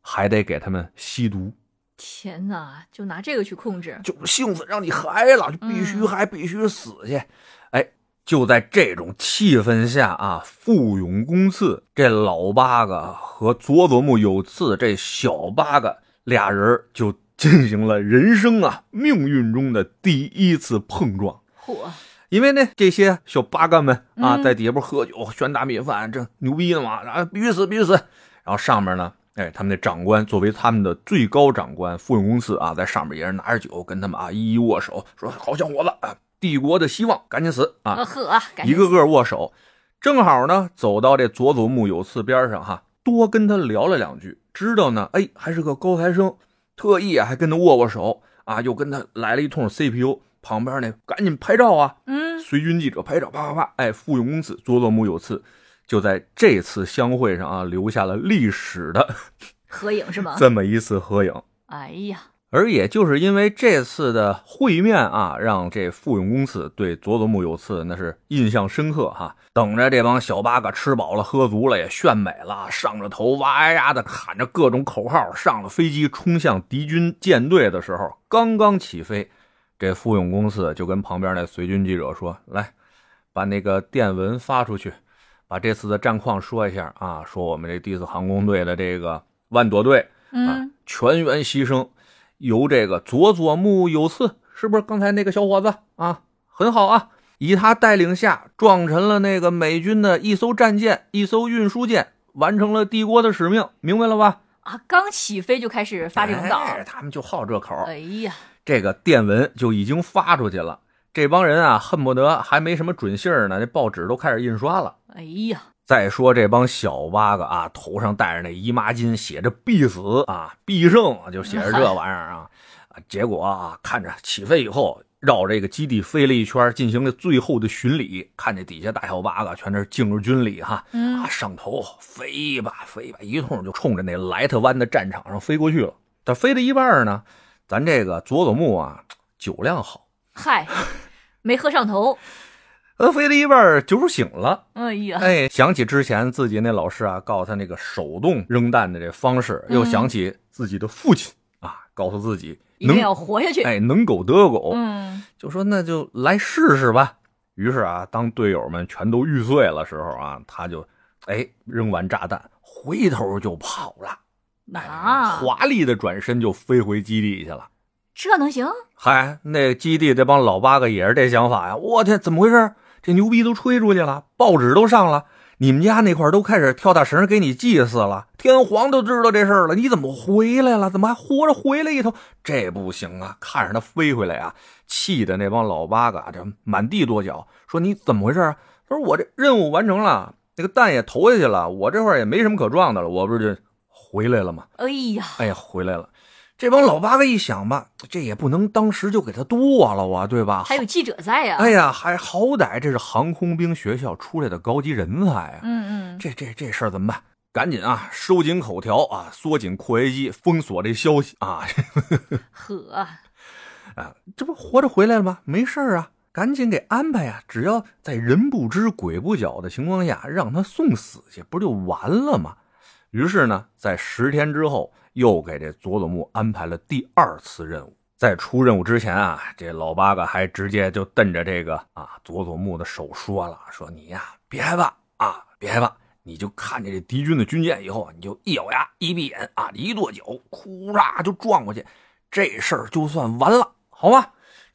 B: 还得给他们吸毒，
A: 天哪，就拿这个去控制，
B: 就是性子让你嗨了，就必须嗨，必须死去。哎，就在这种气氛下啊，富永公次这老八个和佐佐木有次这小八个俩人就进行了人生啊命运中的第一次碰撞。
A: 嚯，
B: 因为呢，这些小八嘎们啊，
A: 嗯
B: 在底下不是喝酒炫大米饭，这牛逼呢嘛，啊，必须死，必须死。然后上面呢，哎，他们的长官作为他们的最高长官富永公次啊，在上面也是拿着酒跟他们啊一一握手，说好小伙子，啊帝国的希望，赶紧死啊！
A: 啊呵，感觉
B: 一个个握手，正好呢走到这佐佐木有次边上哈，多跟他聊了两句，知道呢，哎，还是个高材生，特意啊还跟他握握手啊，又跟他来了一通 CPU，旁边那赶紧拍照啊，
A: 嗯，
B: 随军记者拍照，啪啪啪，哎，富永公子佐佐木有次。就在这次相会上啊，留下了历史的
A: 合影是吗？
B: 这么一次合影。
A: 哎呀，
B: 而也就是因为这次的会面啊，让这富永公次对佐佐木有次那是印象深刻哈、等着这帮小八嘎吃饱了喝足了，也炫美了，上着头哇呀呀的喊着各种口号，上了飞机冲向敌军舰队的时候，刚刚起飞，这富永公次就跟旁边那随军记者说：“来，把那个电文发出去，把这次的战况说一下啊，说我们这第四航空队的这个万朵队啊
A: 嗯，，
B: 全员牺牲，由这个佐佐木有次，是不是刚才那个小伙子啊？很好啊，以他带领下，撞沉了那个美军的一艘战舰、一艘运输舰，完成了帝国的使命，明白了吧？
A: 啊，刚起飞就开始发这种稿，
B: 哎他们就好这口儿，
A: 哎呀，
B: 这个电文就已经发出去了。这帮人啊，恨不得还没什么准信儿呢，这报纸都开始印刷了。
A: 哎呀，
B: 再说这帮小八个啊，头上戴着那姨妈巾，写着“必死”啊，“必胜”啊，就写着这玩意儿啊。啊结果啊，看着起飞以后，绕这个基地飞了一圈，进行了最后的巡礼。看这底下大小八个全是敬着军礼哈，
A: 嗯
B: 啊，上头飞吧飞吧，一通就冲着那莱特湾的战场上飞过去了。但飞到一半儿呢，咱这个佐佐木啊，酒量好，
A: 嗨，没喝上头，
B: 呃，飞到一半儿酒醒了。
A: 哎呀，
B: 哎，想起之前自己那老师啊，告诉他那个手动扔蛋的这方式，
A: 嗯
B: 又想起自己的父亲啊，告诉自己
A: 一定
B: 能
A: 要活下去，
B: 哎能狗得狗，
A: 嗯，
B: 就说那就来试试吧。于是啊，当队友们全都玉碎了时候啊，他就哎扔完炸弹，回头就跑了，哎
A: 啊，
B: 华丽的转身就飞回基地去了。
A: 这能行？
B: 嗨，那基地这帮老八个也是这想法呀！我天，怎么回事？这牛逼都吹出去了，报纸都上了，你们家那块儿都开始跳大绳给你祭祀了，天皇都知道这事儿了，你怎么回来了？怎么还活着回来一头？这不行啊！看着他飞回来啊，气的那帮老八个啊这满地跺脚，说你怎么回事啊？他说我这任务完成了，那个蛋也投下去了，我这块儿也没什么可撞的了，我不是就回来了吗？
A: 哎呀，
B: 哎呀，回来了。这帮老八个一想吧，这也不能当时就给他剁了啊，对吧？
A: 还有记者在呀，
B: 哎呀，还好歹这是航空兵学校出来的高级人才啊，
A: 嗯嗯，
B: 这这这事儿怎么办？赶紧啊，收紧口条啊，缩紧括约肌，封锁这消息啊！
A: 呵，
B: 这不活着回来了吗？没事儿啊，赶紧给安排呀、只要在人不知鬼不觉的情况下，让他送死去，不就完了吗？于是呢，在十天之后，又给这佐佐木安排了第二次任务。在出任务之前啊，这老八嘎还直接就瞪着这个啊佐佐木的手说了：“说你呀、别害怕啊，别害怕，你就看见这敌军的军舰以后，你就一咬牙，一闭眼啊，一跺脚，哭啦就撞过去，这事儿就算完了，好吗？”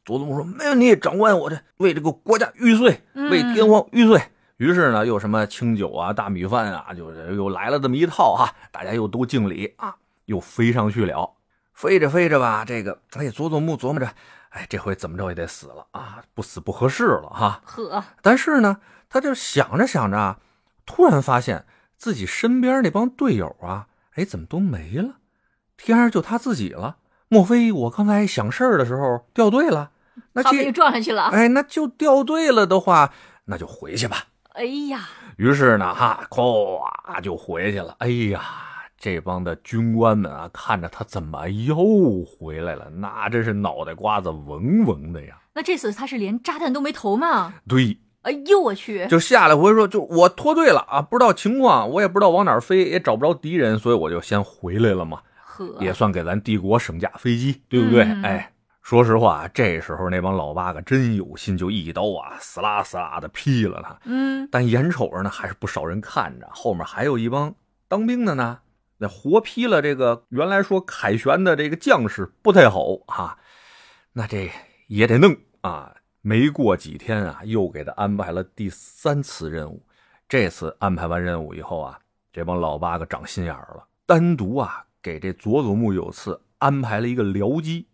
B: 佐佐木说：“没问题，长官，我这为这个国家玉碎，
A: 嗯
B: 为天皇玉碎。于是呢，又什么清酒啊、大米饭啊，就是又来了这么一套哈、大家又都敬礼啊，又飞上去了。飞着飞着吧，这个哎，佐佐木琢磨着，哎，这回怎么着也得死了啊，不死不合适了哈、
A: 呵，
B: 但是呢，他就想着想着啊，突然发现自己身边那帮队友啊，哎，怎么都没了？天上就他自己了。莫非我刚才想事儿的时候掉队了？那
A: 他们又
B: 这
A: 撞上去了。
B: 哎，那就掉队了的话，那就回去吧。
A: 哎呀，
B: 于是呢，哈，咵就回去了。哎呀，这帮的军官们啊，看着他怎么又回来了，那真是脑袋瓜子嗡嗡的呀。
A: 那这次他是连炸弹都没投吗？
B: 对，
A: 哎呦我去！
B: 就下来回说，就我脱队了啊，不知道情况，我也不知道往哪儿飞，也找不着敌人，所以我就先回来了嘛，
A: 呵，
B: 也算给咱帝国省架飞机，对不对？
A: 嗯
B: 哎，说实话，这时候那帮老八个真有心，就一刀啊，死啦死啦的劈了他。
A: 嗯，
B: 但眼瞅着呢，还是不少人看着，后面还有一帮当兵的呢，那活劈了这个原来说凯旋的这个将士不太好啊，那这也得弄啊。没过几天啊，又给他安排了第三次任务。这次安排完任务以后啊，这帮老八个长心眼儿了，单独啊给这佐佐木有次安排了一个僚机。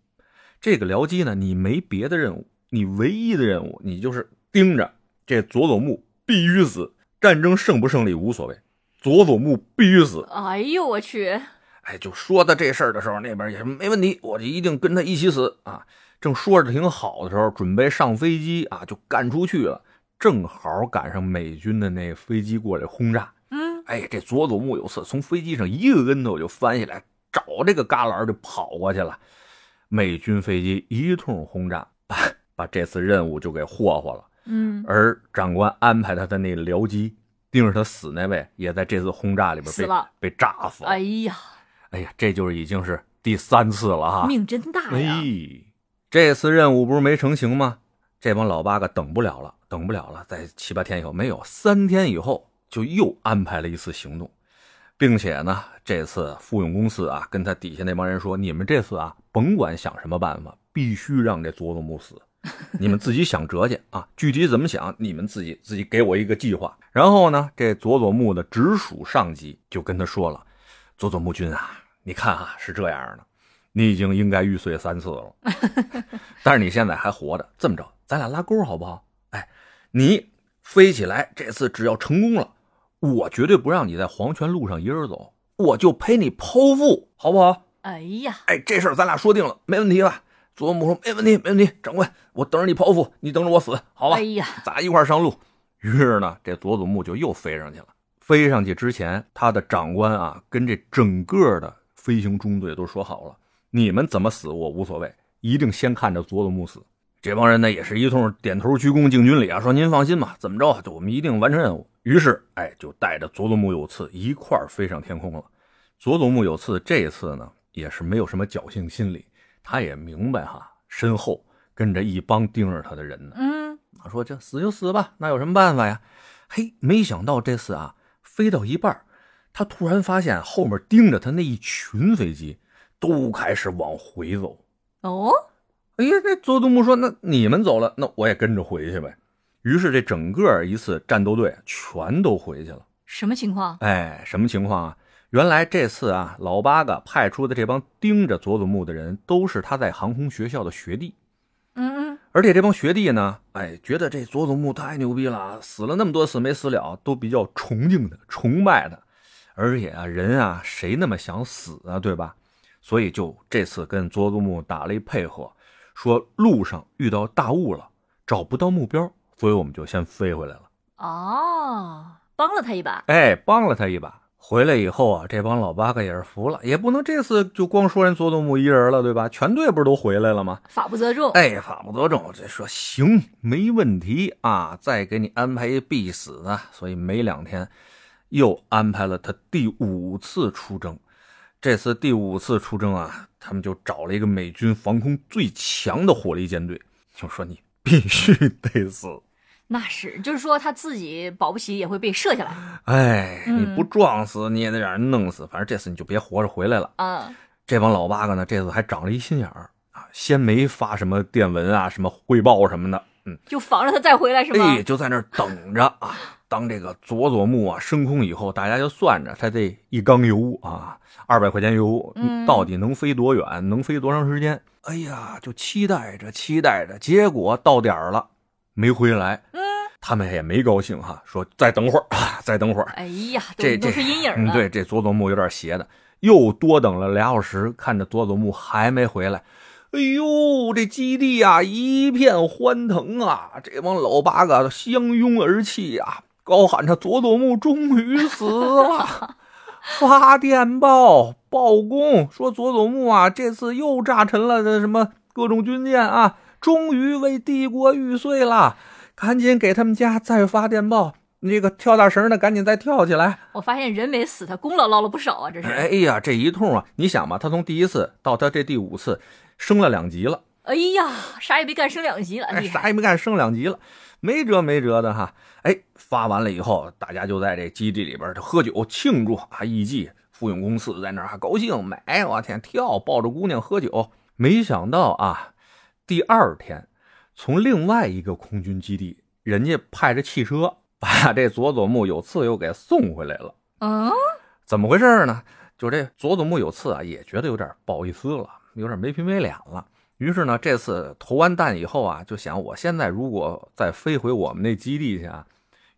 B: 这个僚机呢，你没别的任务，你唯一的任务，你就是盯着这佐佐木必须死，战争胜不胜利无所谓，佐佐木必须死。
A: 哎呦我去！
B: 哎，就说到这事儿的时候，那边也是没问题，我就一定跟他一起死啊！正说着挺好的时候，准备上飞机啊，就干出去了。正好赶上美军的那飞机过来轰炸，
A: 嗯，
B: 哎，这佐佐木有次从飞机上一个跟头就翻下来，找这个旮旯就跑过去了。美军飞机一通轰炸，把把这次任务就给霍霍了。
A: 嗯，
B: 而长官安排他的那僚机盯着他死那位，也在这次轰炸里边
A: 死
B: 被
A: 了
B: 被炸死了。
A: 哎呀，
B: 哎呀，这就是已经是第三次了哈。
A: 命真大呀！
B: 哎，这次任务不是没成型吗？这帮老八个等不了了，等不了了，在七八天以后没有，三天以后就又安排了一次行动，并且呢，这次富永公司啊跟他底下那帮人说，你们这次啊甭管想什么办法，必须让这佐佐 木死，你们自己想辙去啊，具体怎么想你们自己自己给我一个计划。然后呢，这佐佐木的直属上级就跟他说了，佐佐木君啊，你看啊是这样的。你已经应该玉碎三 次了，但是你现在还活着，这么着，咱俩拉钩好不好？哎，你飞起来，这次只要成功了，我绝对不让你在黄泉路上一人走，我就陪你剖腹，好不好？
A: 哎呀，
B: 哎，这事儿咱俩说定了，没问题吧？佐木说没问题，没问题，长官，我等着你剖腹，你等着我死，好吧？
A: 哎呀，
B: 咱一块儿上路。于是呢，这佐佐木就又飞上去了。飞上去之前，他的长官啊，跟这整个的飞行中队都说好了，你们怎么死我无所谓，一定先看着佐佐木死。这帮人呢也是一通点头鞠躬敬军礼啊，说您放心吧，怎么着啊就我们一定完成任务。于是，哎，就带着佐佐木有次一块儿飞上天空了。佐佐木有次这次呢也是没有什么侥幸心理，他也明白哈，身后跟着一帮盯着他的人呢。
A: 嗯，
B: 啊，说这死就死吧，那有什么办法呀？嘿，没想到这次啊，飞到一半儿，他突然发现后面盯着他那一群飞机都开始往回走。
A: 哦，
B: 哎呀，这佐佐木说：“那你们走了，那我也跟着回去呗。”于是这整个一次战斗队全都回去了。
A: 什么情况？
B: 哎，什么情况啊？原来这次啊，老八嘎派出的这帮盯着佐佐木的人，都是他在航空学校的学弟。
A: 嗯嗯，
B: 而且这帮学弟呢，哎，觉得这佐佐木太牛逼了啊，死了那么多次没死了，都比较崇敬他、崇拜他。而且啊，人啊，谁那么想死啊，对吧？所以就这次跟佐佐木打了一配合，说路上遇到大雾了，找不到目标，所以我们就先飞回来了。
A: 哦，帮了他一把。
B: 哎，帮了他一把。回来以后啊，这帮老八个也是服了，也不能这次就光说人佐佐木一人了，对吧？全队不是都回来了吗？
A: 法不责众，
B: 哎，法不责众，这说行，没问题啊，再给你安排一必死的。所以没两天，又安排了他第五次出征。这次第五次出征啊，他们就找了一个美军防空最强的火力舰队，就说你必须得死，
A: 那是，就是说他自己保不齐也会被射下来。
B: 哎，
A: 嗯
B: 你不撞死你也得让人弄死，反正这次你就别活着回来了。
A: 嗯，
B: 这帮老八个呢，这次还长了一心眼儿啊，先没发什么电文啊、什么汇报什么的，嗯，
A: 就防着他再回来是吗
B: 哎，？就在那儿等着啊。当这个佐佐木啊升空以后，大家就算着他这一缸油啊，二百块钱油
A: 嗯
B: 到底能飞多远，能飞多长时间？哎呀，就期待着，期待着，结果到点儿了没回来，
A: 嗯，
B: 他们也没高兴哈、说再等会儿啊，再等会儿。
A: 哎呀，都
B: 这
A: 都
B: 这
A: 是阴影
B: 嗯，
A: 了。
B: 对，这佐佐木有点邪的，又多等了俩小时，看着佐佐木还没回来，哎呦，这基地啊一片欢腾啊，这帮老八嘎都相拥而泣啊，高喊着佐佐木终于死了。发电报报功，说佐佐木啊，这次又炸沉了这什么各种军舰啊，终于为帝国玉碎了。赶紧给他们家再发电报，你这个跳大绳的赶紧再跳起来。
A: 我发现人没死，他功劳捞了不少啊，这是。
B: 哎呀，这一通啊，你想吧，他从第一次到他这第五次，升了两级了，
A: 哎呀，啥也没干，升两级了，
B: 哎，
A: 厉害。
B: 啥也没干，升两级了，没辙没辙的哈。哎，发完了以后，大家就在这基地里边就喝酒庆祝啊，艺妓富永公司在那儿啊高兴买，我天，跳，抱着姑娘喝酒。没想到啊，第二天从另外一个空军基地，人家派着汽车把这佐佐木有次又给送回来了。
A: 嗯，
B: 怎么回事呢？就这佐佐木有次啊，也觉得有点不好意思了，有点没皮没脸了。于是呢，这次投完弹以后啊，就想我现在如果再飞回我们那基地去啊，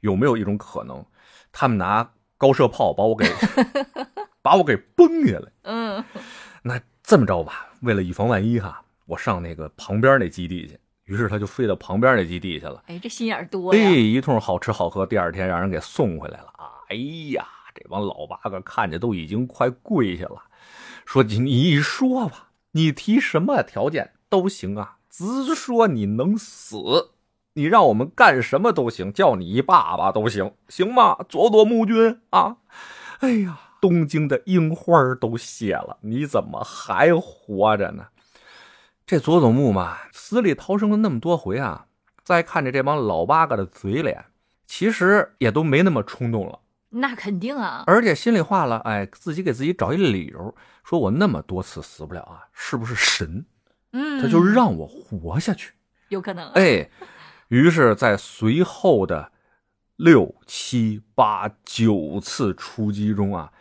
B: 有没有一种可能，他们拿高射炮把我给把我给崩下来？
A: 嗯，
B: 那这么着吧，为了以防万一哈，我上那个旁边那基地去。于是他就飞到旁边那基地去了。
A: 哎，这心眼儿多
B: 哎，
A: 呀。
B: 一通好吃好喝，第二天让人给送回来了啊！哎呀，这帮老八个看着都已经快跪下了，说你你说吧，你提什么条件都行啊，只说你能死，你让我们干什么都行，叫你一爸爸都行，行吗？佐佐木君啊！哎呀，东京的樱花儿都谢了，你怎么还活着呢？这佐佐木嘛，死里逃生了那么多回啊，再看着这帮老八嘎的嘴脸，其实也都没那么冲动了，
A: 那肯定啊。
B: 而且心里话了，哎，自己给自己找一理由，说我那么多次死不了啊，是不是神？
A: 嗯，
B: 他就让我活下去。
A: 有可能。
B: 哎，于是，在随后的六七八九次出击中啊，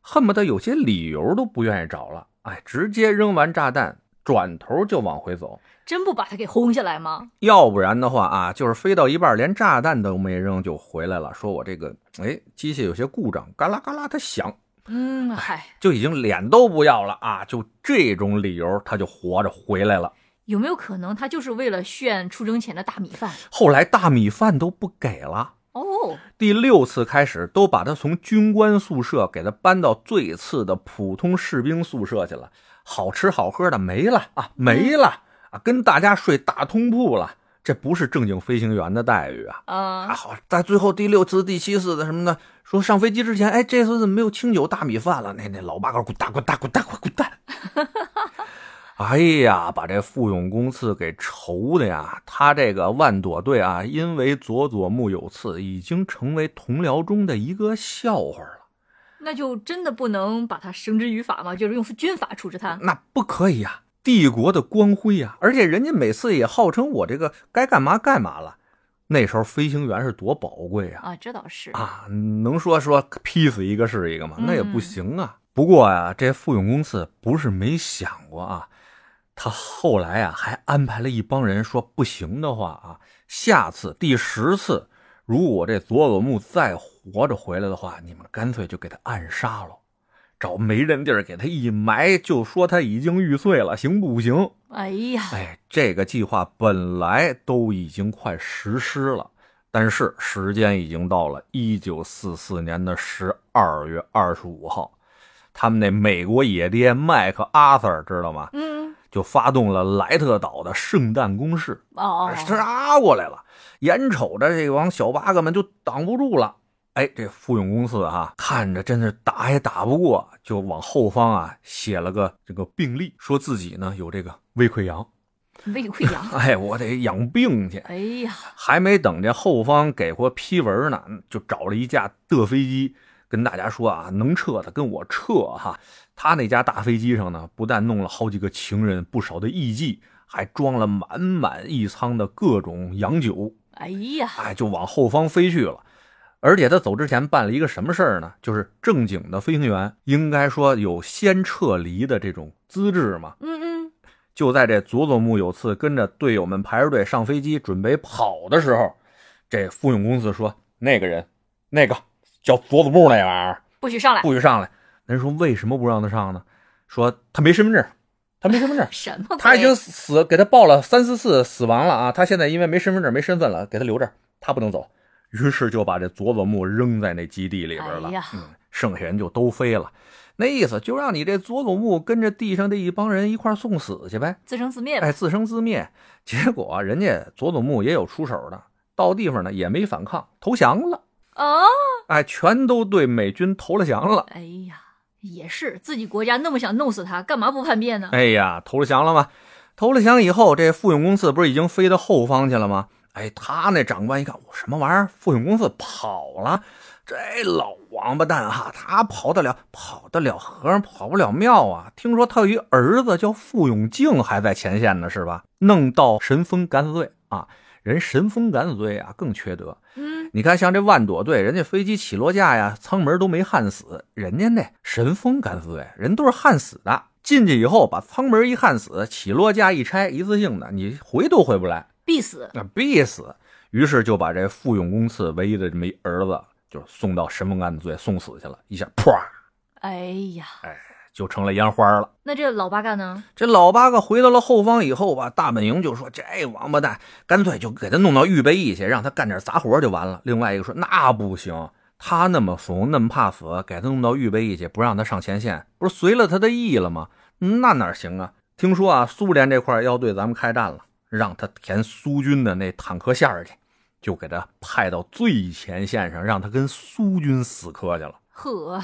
B: 恨不得有些理由都不愿意找了，哎，直接扔完炸弹，转头就往回走。
A: 真不把他给轰下来吗？
B: 要不然的话啊，就是飞到一半连炸弹都没扔就回来了，说我这个哎机械有些故障，嘎啦嘎啦它响，哎
A: 嗯，嗨，
B: 就已经脸都不要了啊！就这种理由，他就活着回来了。
A: 有没有可能他就是为了炫出征前的大米饭？
B: 后来大米饭都不给了。
A: 哦，
B: 第六次开始，都把他从军官宿舍给他搬到最次的普通士兵宿舍去了，好吃好喝的没了啊，没了啊，跟大家睡大通铺了，这不是正经飞行员的待遇啊！啊，
A: 嗯，
B: 好，在最后第六次、第七次的什么呢？说上飞机之前，哎，这次怎么没有清酒大米饭了？那那老八个滚蛋滚蛋滚蛋滚滚蛋！哎呀，把这富永公次给愁的呀！他这个万朵队啊，因为佐佐木有次，已经成为同僚中的一个笑话了。
A: 那就真的不能把他绳之于法吗？就是用军法处置他。
B: 那不可以呀、帝国的光辉呀、而且人家每次也号称我这个该干嘛干嘛了。那时候飞行员是多宝贵啊！
A: 啊，这倒是。
B: 啊，能说说劈死一个是一个吗？那也不
A: 嗯
B: 行啊。不过啊，这富永公次不是没想过啊，他后来啊还安排了一帮人说，不行的话啊，下次第十次，如果我这佐佐木再活着回来的话，你们干脆就给他暗杀了，找没人地儿给他一埋，就说他已经玉碎了，行不行？
A: 哎呀，
B: 哎，这个计划本来都已经快实施了，但是时间已经到了一九四四年的十二月二十五号，他们那美国野爹麦克阿瑟知道吗？
A: 嗯，
B: 就发动了莱特岛的圣诞攻势，
A: 哦，
B: 杀过来了。眼瞅着这帮小八哥们就挡不住了，哎，这富永公次哈、看着真是打也打不过，就往后方啊写了个这个病历，说自己呢有这个胃溃疡，
A: 胃溃疡。
B: 哎，我得养病去。
A: 哎呀，
B: 还没等这后方给过批文呢，就找了一架的飞机，跟大家说啊，能撤的跟我撤哈。他那架大飞机上呢，不但弄了好几个情人，不少的艺妓，还装了满满一仓的各种洋酒，
A: 哎呀，
B: 哎，就往后方飞去了。而且他走之前办了一个什么事儿呢？就是正经的飞行员应该说有先撤离的这种资质嘛。
A: 嗯嗯，
B: 就在这佐佐木有次跟着队友们排着队上飞机准备跑的时候，这富永公司说：“那个人，那个叫佐佐木那玩意儿，
A: 不许上来。，
B: 不许上来。”人说：“为什么不让他上呢？”说：“他没身份证，他没身份证
A: 什么鬼？
B: 他已经死，给他报了三四次死亡了啊！他现在因为没身份证、没身份了，给他留这儿，他不能走。”于是就把这佐佐木扔在那基地里边了。
A: 哎呀
B: 嗯，剩下人就都飞了。那意思就让你这佐佐木跟着地上这一帮人一块儿送死去呗。
A: 自生自灭吧。
B: 哎，自生自灭。结果啊人家佐佐木也有出手的，到地方呢也没反抗，投降了。
A: 啊，
B: 哎，全都对美军投了降了。
A: 哎呀，也是自己国家那么想弄死他，干嘛不叛变呢？
B: 哎呀，投了降了吗？投了降以后，这富永公次不是已经飞到后方去了吗？哎，他那长官一看，我什么玩意儿？富永公次跑了，这老王八蛋哈，他跑得了，跑得了和尚跑不了庙啊！听说他有一儿子叫富永敬，还在前线呢，是吧？弄到神风敢死队啊，人神风敢死队啊更缺德，
A: 嗯，
B: 你看，像这万朵队，人家飞机起落架呀、舱门都没焊死，人家那神风敢死队，人都是焊死的。进去以后，把舱门一焊死，起落架一拆，一次性的，你回都回不来，
A: 必死。
B: 那必死。于是就把这富永公次唯一的这么一儿子，就送到神风敢死队送死去了，一下啪
A: 哎呀，
B: 就成了烟花了。
A: 那这老八干呢？
B: 这老八个回到了后方以后吧，大本营就说：“这王八蛋，干脆就给他弄到预备役去，让他干点杂活就完了。”另外一个说：“那不行，他那么怂，那么怕死，给他弄到预备役去，不让他上前线，不是随了他的意了吗？那哪行啊？听说啊，苏联这块儿要对咱们开战了，让他填苏军的那坦克线儿去，就给他派到最前线上，让他跟苏军死磕去了。”
A: 呵，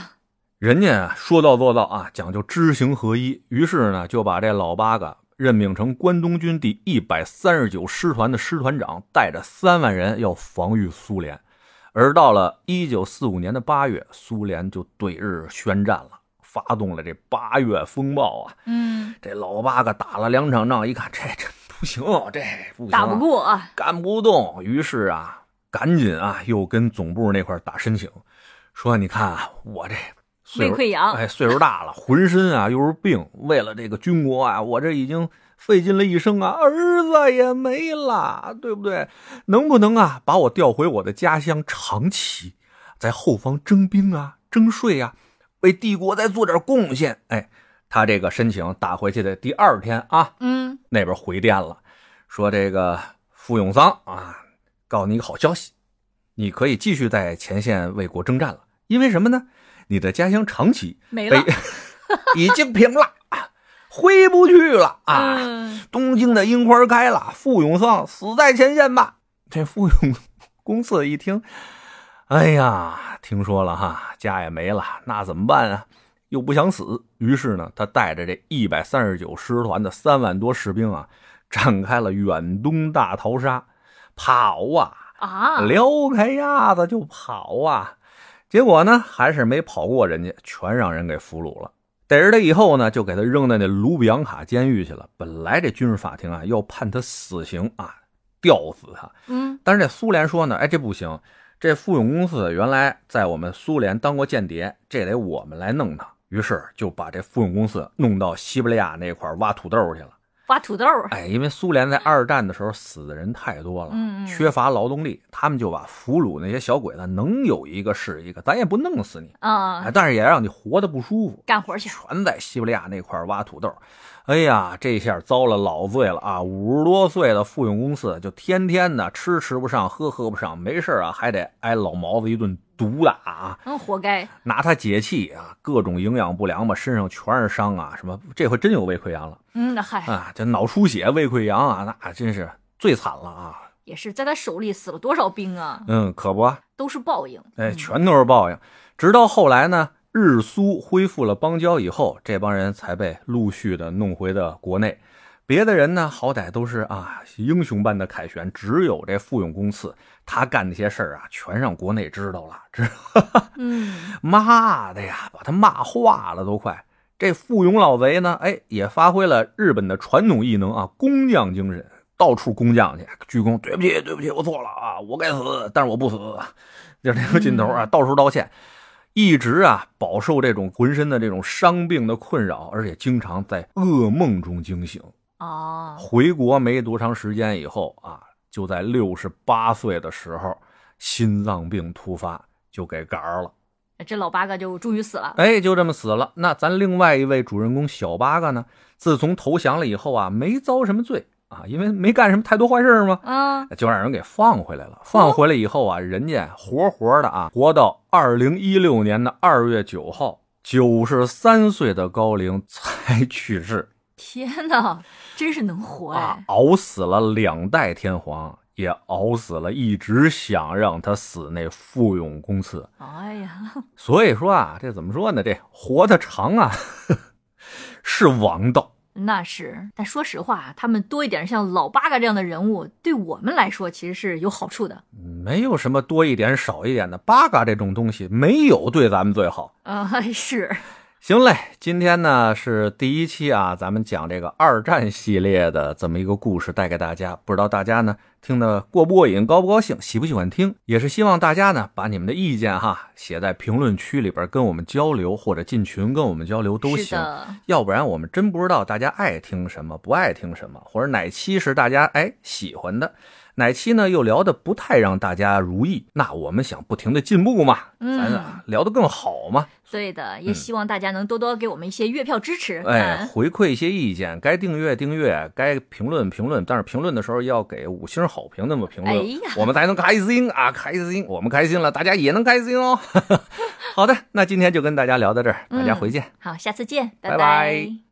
B: 人家说到做到啊，讲究知行合一。于是呢，就把这老八嘎任命成关东军第一百三十九师团的师团长，带着三万人要防御苏联。而到了一九四五年的八月，苏联就对日宣战了，发动了这八月风暴啊！
A: 嗯，
B: 这老八嘎打了两场仗，一看这这不行，这不行啊、
A: 打不过啊。
B: 干不动，于是啊，赶紧啊，又跟总部那块儿打申请，说你看啊，我这岁数
A: 胃溃疡
B: 哎，岁数大了，浑身啊又是病，为了这个军国啊，我这已经费尽了一生啊，儿子也没了，对不对？能不能啊，把我调回我的家乡长崎，在后方征兵啊，征税啊，为帝国再做点贡献？哎，他这个申请打回去的第二天啊，
A: 嗯，
B: 那边回电了，说这个傅永桑啊，告诉你一个好消息，你可以继续在前线为国征战了。因为什么呢？你的家乡长崎
A: 没
B: 被
A: 了。
B: 已经平了，啊回不去了啊！
A: 嗯，
B: 东京的樱花开了，傅永桑死在前线吧。 这傅永公次一听，哎呀，听说了哈，家也没了，那怎么办啊？又不想死，于是呢，他带着这一百三十九师团的三万多士兵啊，展开了远东大逃杀，跑啊，
A: 啊，
B: 撩开鸭子就跑啊。结果呢，还是没跑过人家，全让人给俘虏了。逮着他以后呢，就给他扔在那卢比扬卡监狱去了。本来这军事法庭啊要判他死刑啊，吊死他。
A: 嗯，
B: 但是这苏联说呢，哎，这不行，这富永公司原来在我们苏联当过间谍，这得我们来弄他。于是就把这富永公司弄到西伯利亚那块儿挖土豆去了。
A: 挖土豆儿。
B: 哎，因为苏联在二战的时候死的人太多了，
A: 嗯嗯
B: 缺乏劳动力，他们就把俘虏那些小鬼子，能有一个是一个，咱也不弄死你，哎
A: 啊，
B: 但是也让你活得不舒服。
A: 干活去。
B: 全在西伯利亚那块儿挖土豆。哎呀，这下遭了老罪了啊！五十多岁的富永公司就天天的吃吃不上，喝喝不上，没事啊还得挨老毛子一顿毒打啊，
A: 嗯，活该。
B: 拿他解气啊，各种营养不良吧，身上全是伤啊，什么这回真有胃溃疡了
A: 嗯，那嗨，
B: 啊，这脑出血、胃溃疡啊，那真是最惨了啊！
A: 也是在他手里死了多少兵啊，
B: 嗯，可不啊，
A: 都是报应。
B: 哎，
A: 嗯
B: 全都是报应。直到后来呢，日苏恢复了邦交以后，这帮人才被陆续的弄回的国内。别的人呢，好歹都是啊英雄般的凯旋，只有这富永公次，他干那些事儿啊，全让国内知道了，知
A: 嗯，
B: 骂的呀，把他骂化了都快。这富永老贼呢，哎，也发挥了日本的传统异能啊，工匠精神，到处工匠去，鞠躬，对不起，对不起，我错了啊，我该死，但是我不死，就这个劲头啊，到处道歉，一直啊饱受这种浑身的这种伤病的困扰，而且经常在噩梦中惊醒。
A: 哦，
B: 回国没多长时间以后啊，就在六十八岁的时候，心脏病突发，就给杆儿了。
A: 这老八嘎就终于死了。
B: 哎，就这么死了。那咱另外一位主人公小八嘎呢，自从投降了以后啊，没遭什么罪啊，因为没干什么太多坏事嘛，
A: 啊，
B: 就让人给放回来了。放回来以后啊，人家活活的啊，活到二零一六年的二月九号，九十三岁的高龄才去世
A: 天哪，真是能活
B: 啊
A: 哎！，
B: 熬死了两代天皇，也熬死了一直想让他死那富永公次。
A: 哎呀，
B: 所以说啊，这怎么说呢？这活得长啊， 是王道。
A: 那是。但说实话，啊他们多一点像老八嘎这样的人物，对我们来说其实是有好处的。
B: 没有什么多一点少一点的，八嘎这种东西没有对咱们最好。
A: 啊、是。
B: 行嘞，今天呢是第一期啊，咱们讲这个二战系列的这么一个故事带给大家。不知道大家呢听得过不过瘾，高不高兴，喜不喜欢听？也是希望大家呢把你们的意见哈写在评论区里边跟我们交流，或者进群跟我们交流都
A: 是
B: 行。
A: 的，
B: 要不然我们真不知道大家爱听什么，不爱听什么，或者哪期是大家哎喜欢的，哪期呢又聊的不太让大家如意。那我们想不停的进步嘛，
A: 嗯
B: 咱啊聊得更好嘛，
A: 对的，也
B: 嗯
A: 希望大家能多多给我们一些月票支持。
B: 哎，
A: 嗯，
B: 回馈一些意见，该订阅订阅，该评论评论，但是评论的时候要给五星好评，那么评论、
A: 哎呀
B: 我们才能开心啊，开心，我们开心了，大家也能开心
A: 嗯
B: 哦。好的，那今天就跟大家聊到这儿，大家回见。
A: 好，下次见，
B: 拜
A: 拜
B: 拜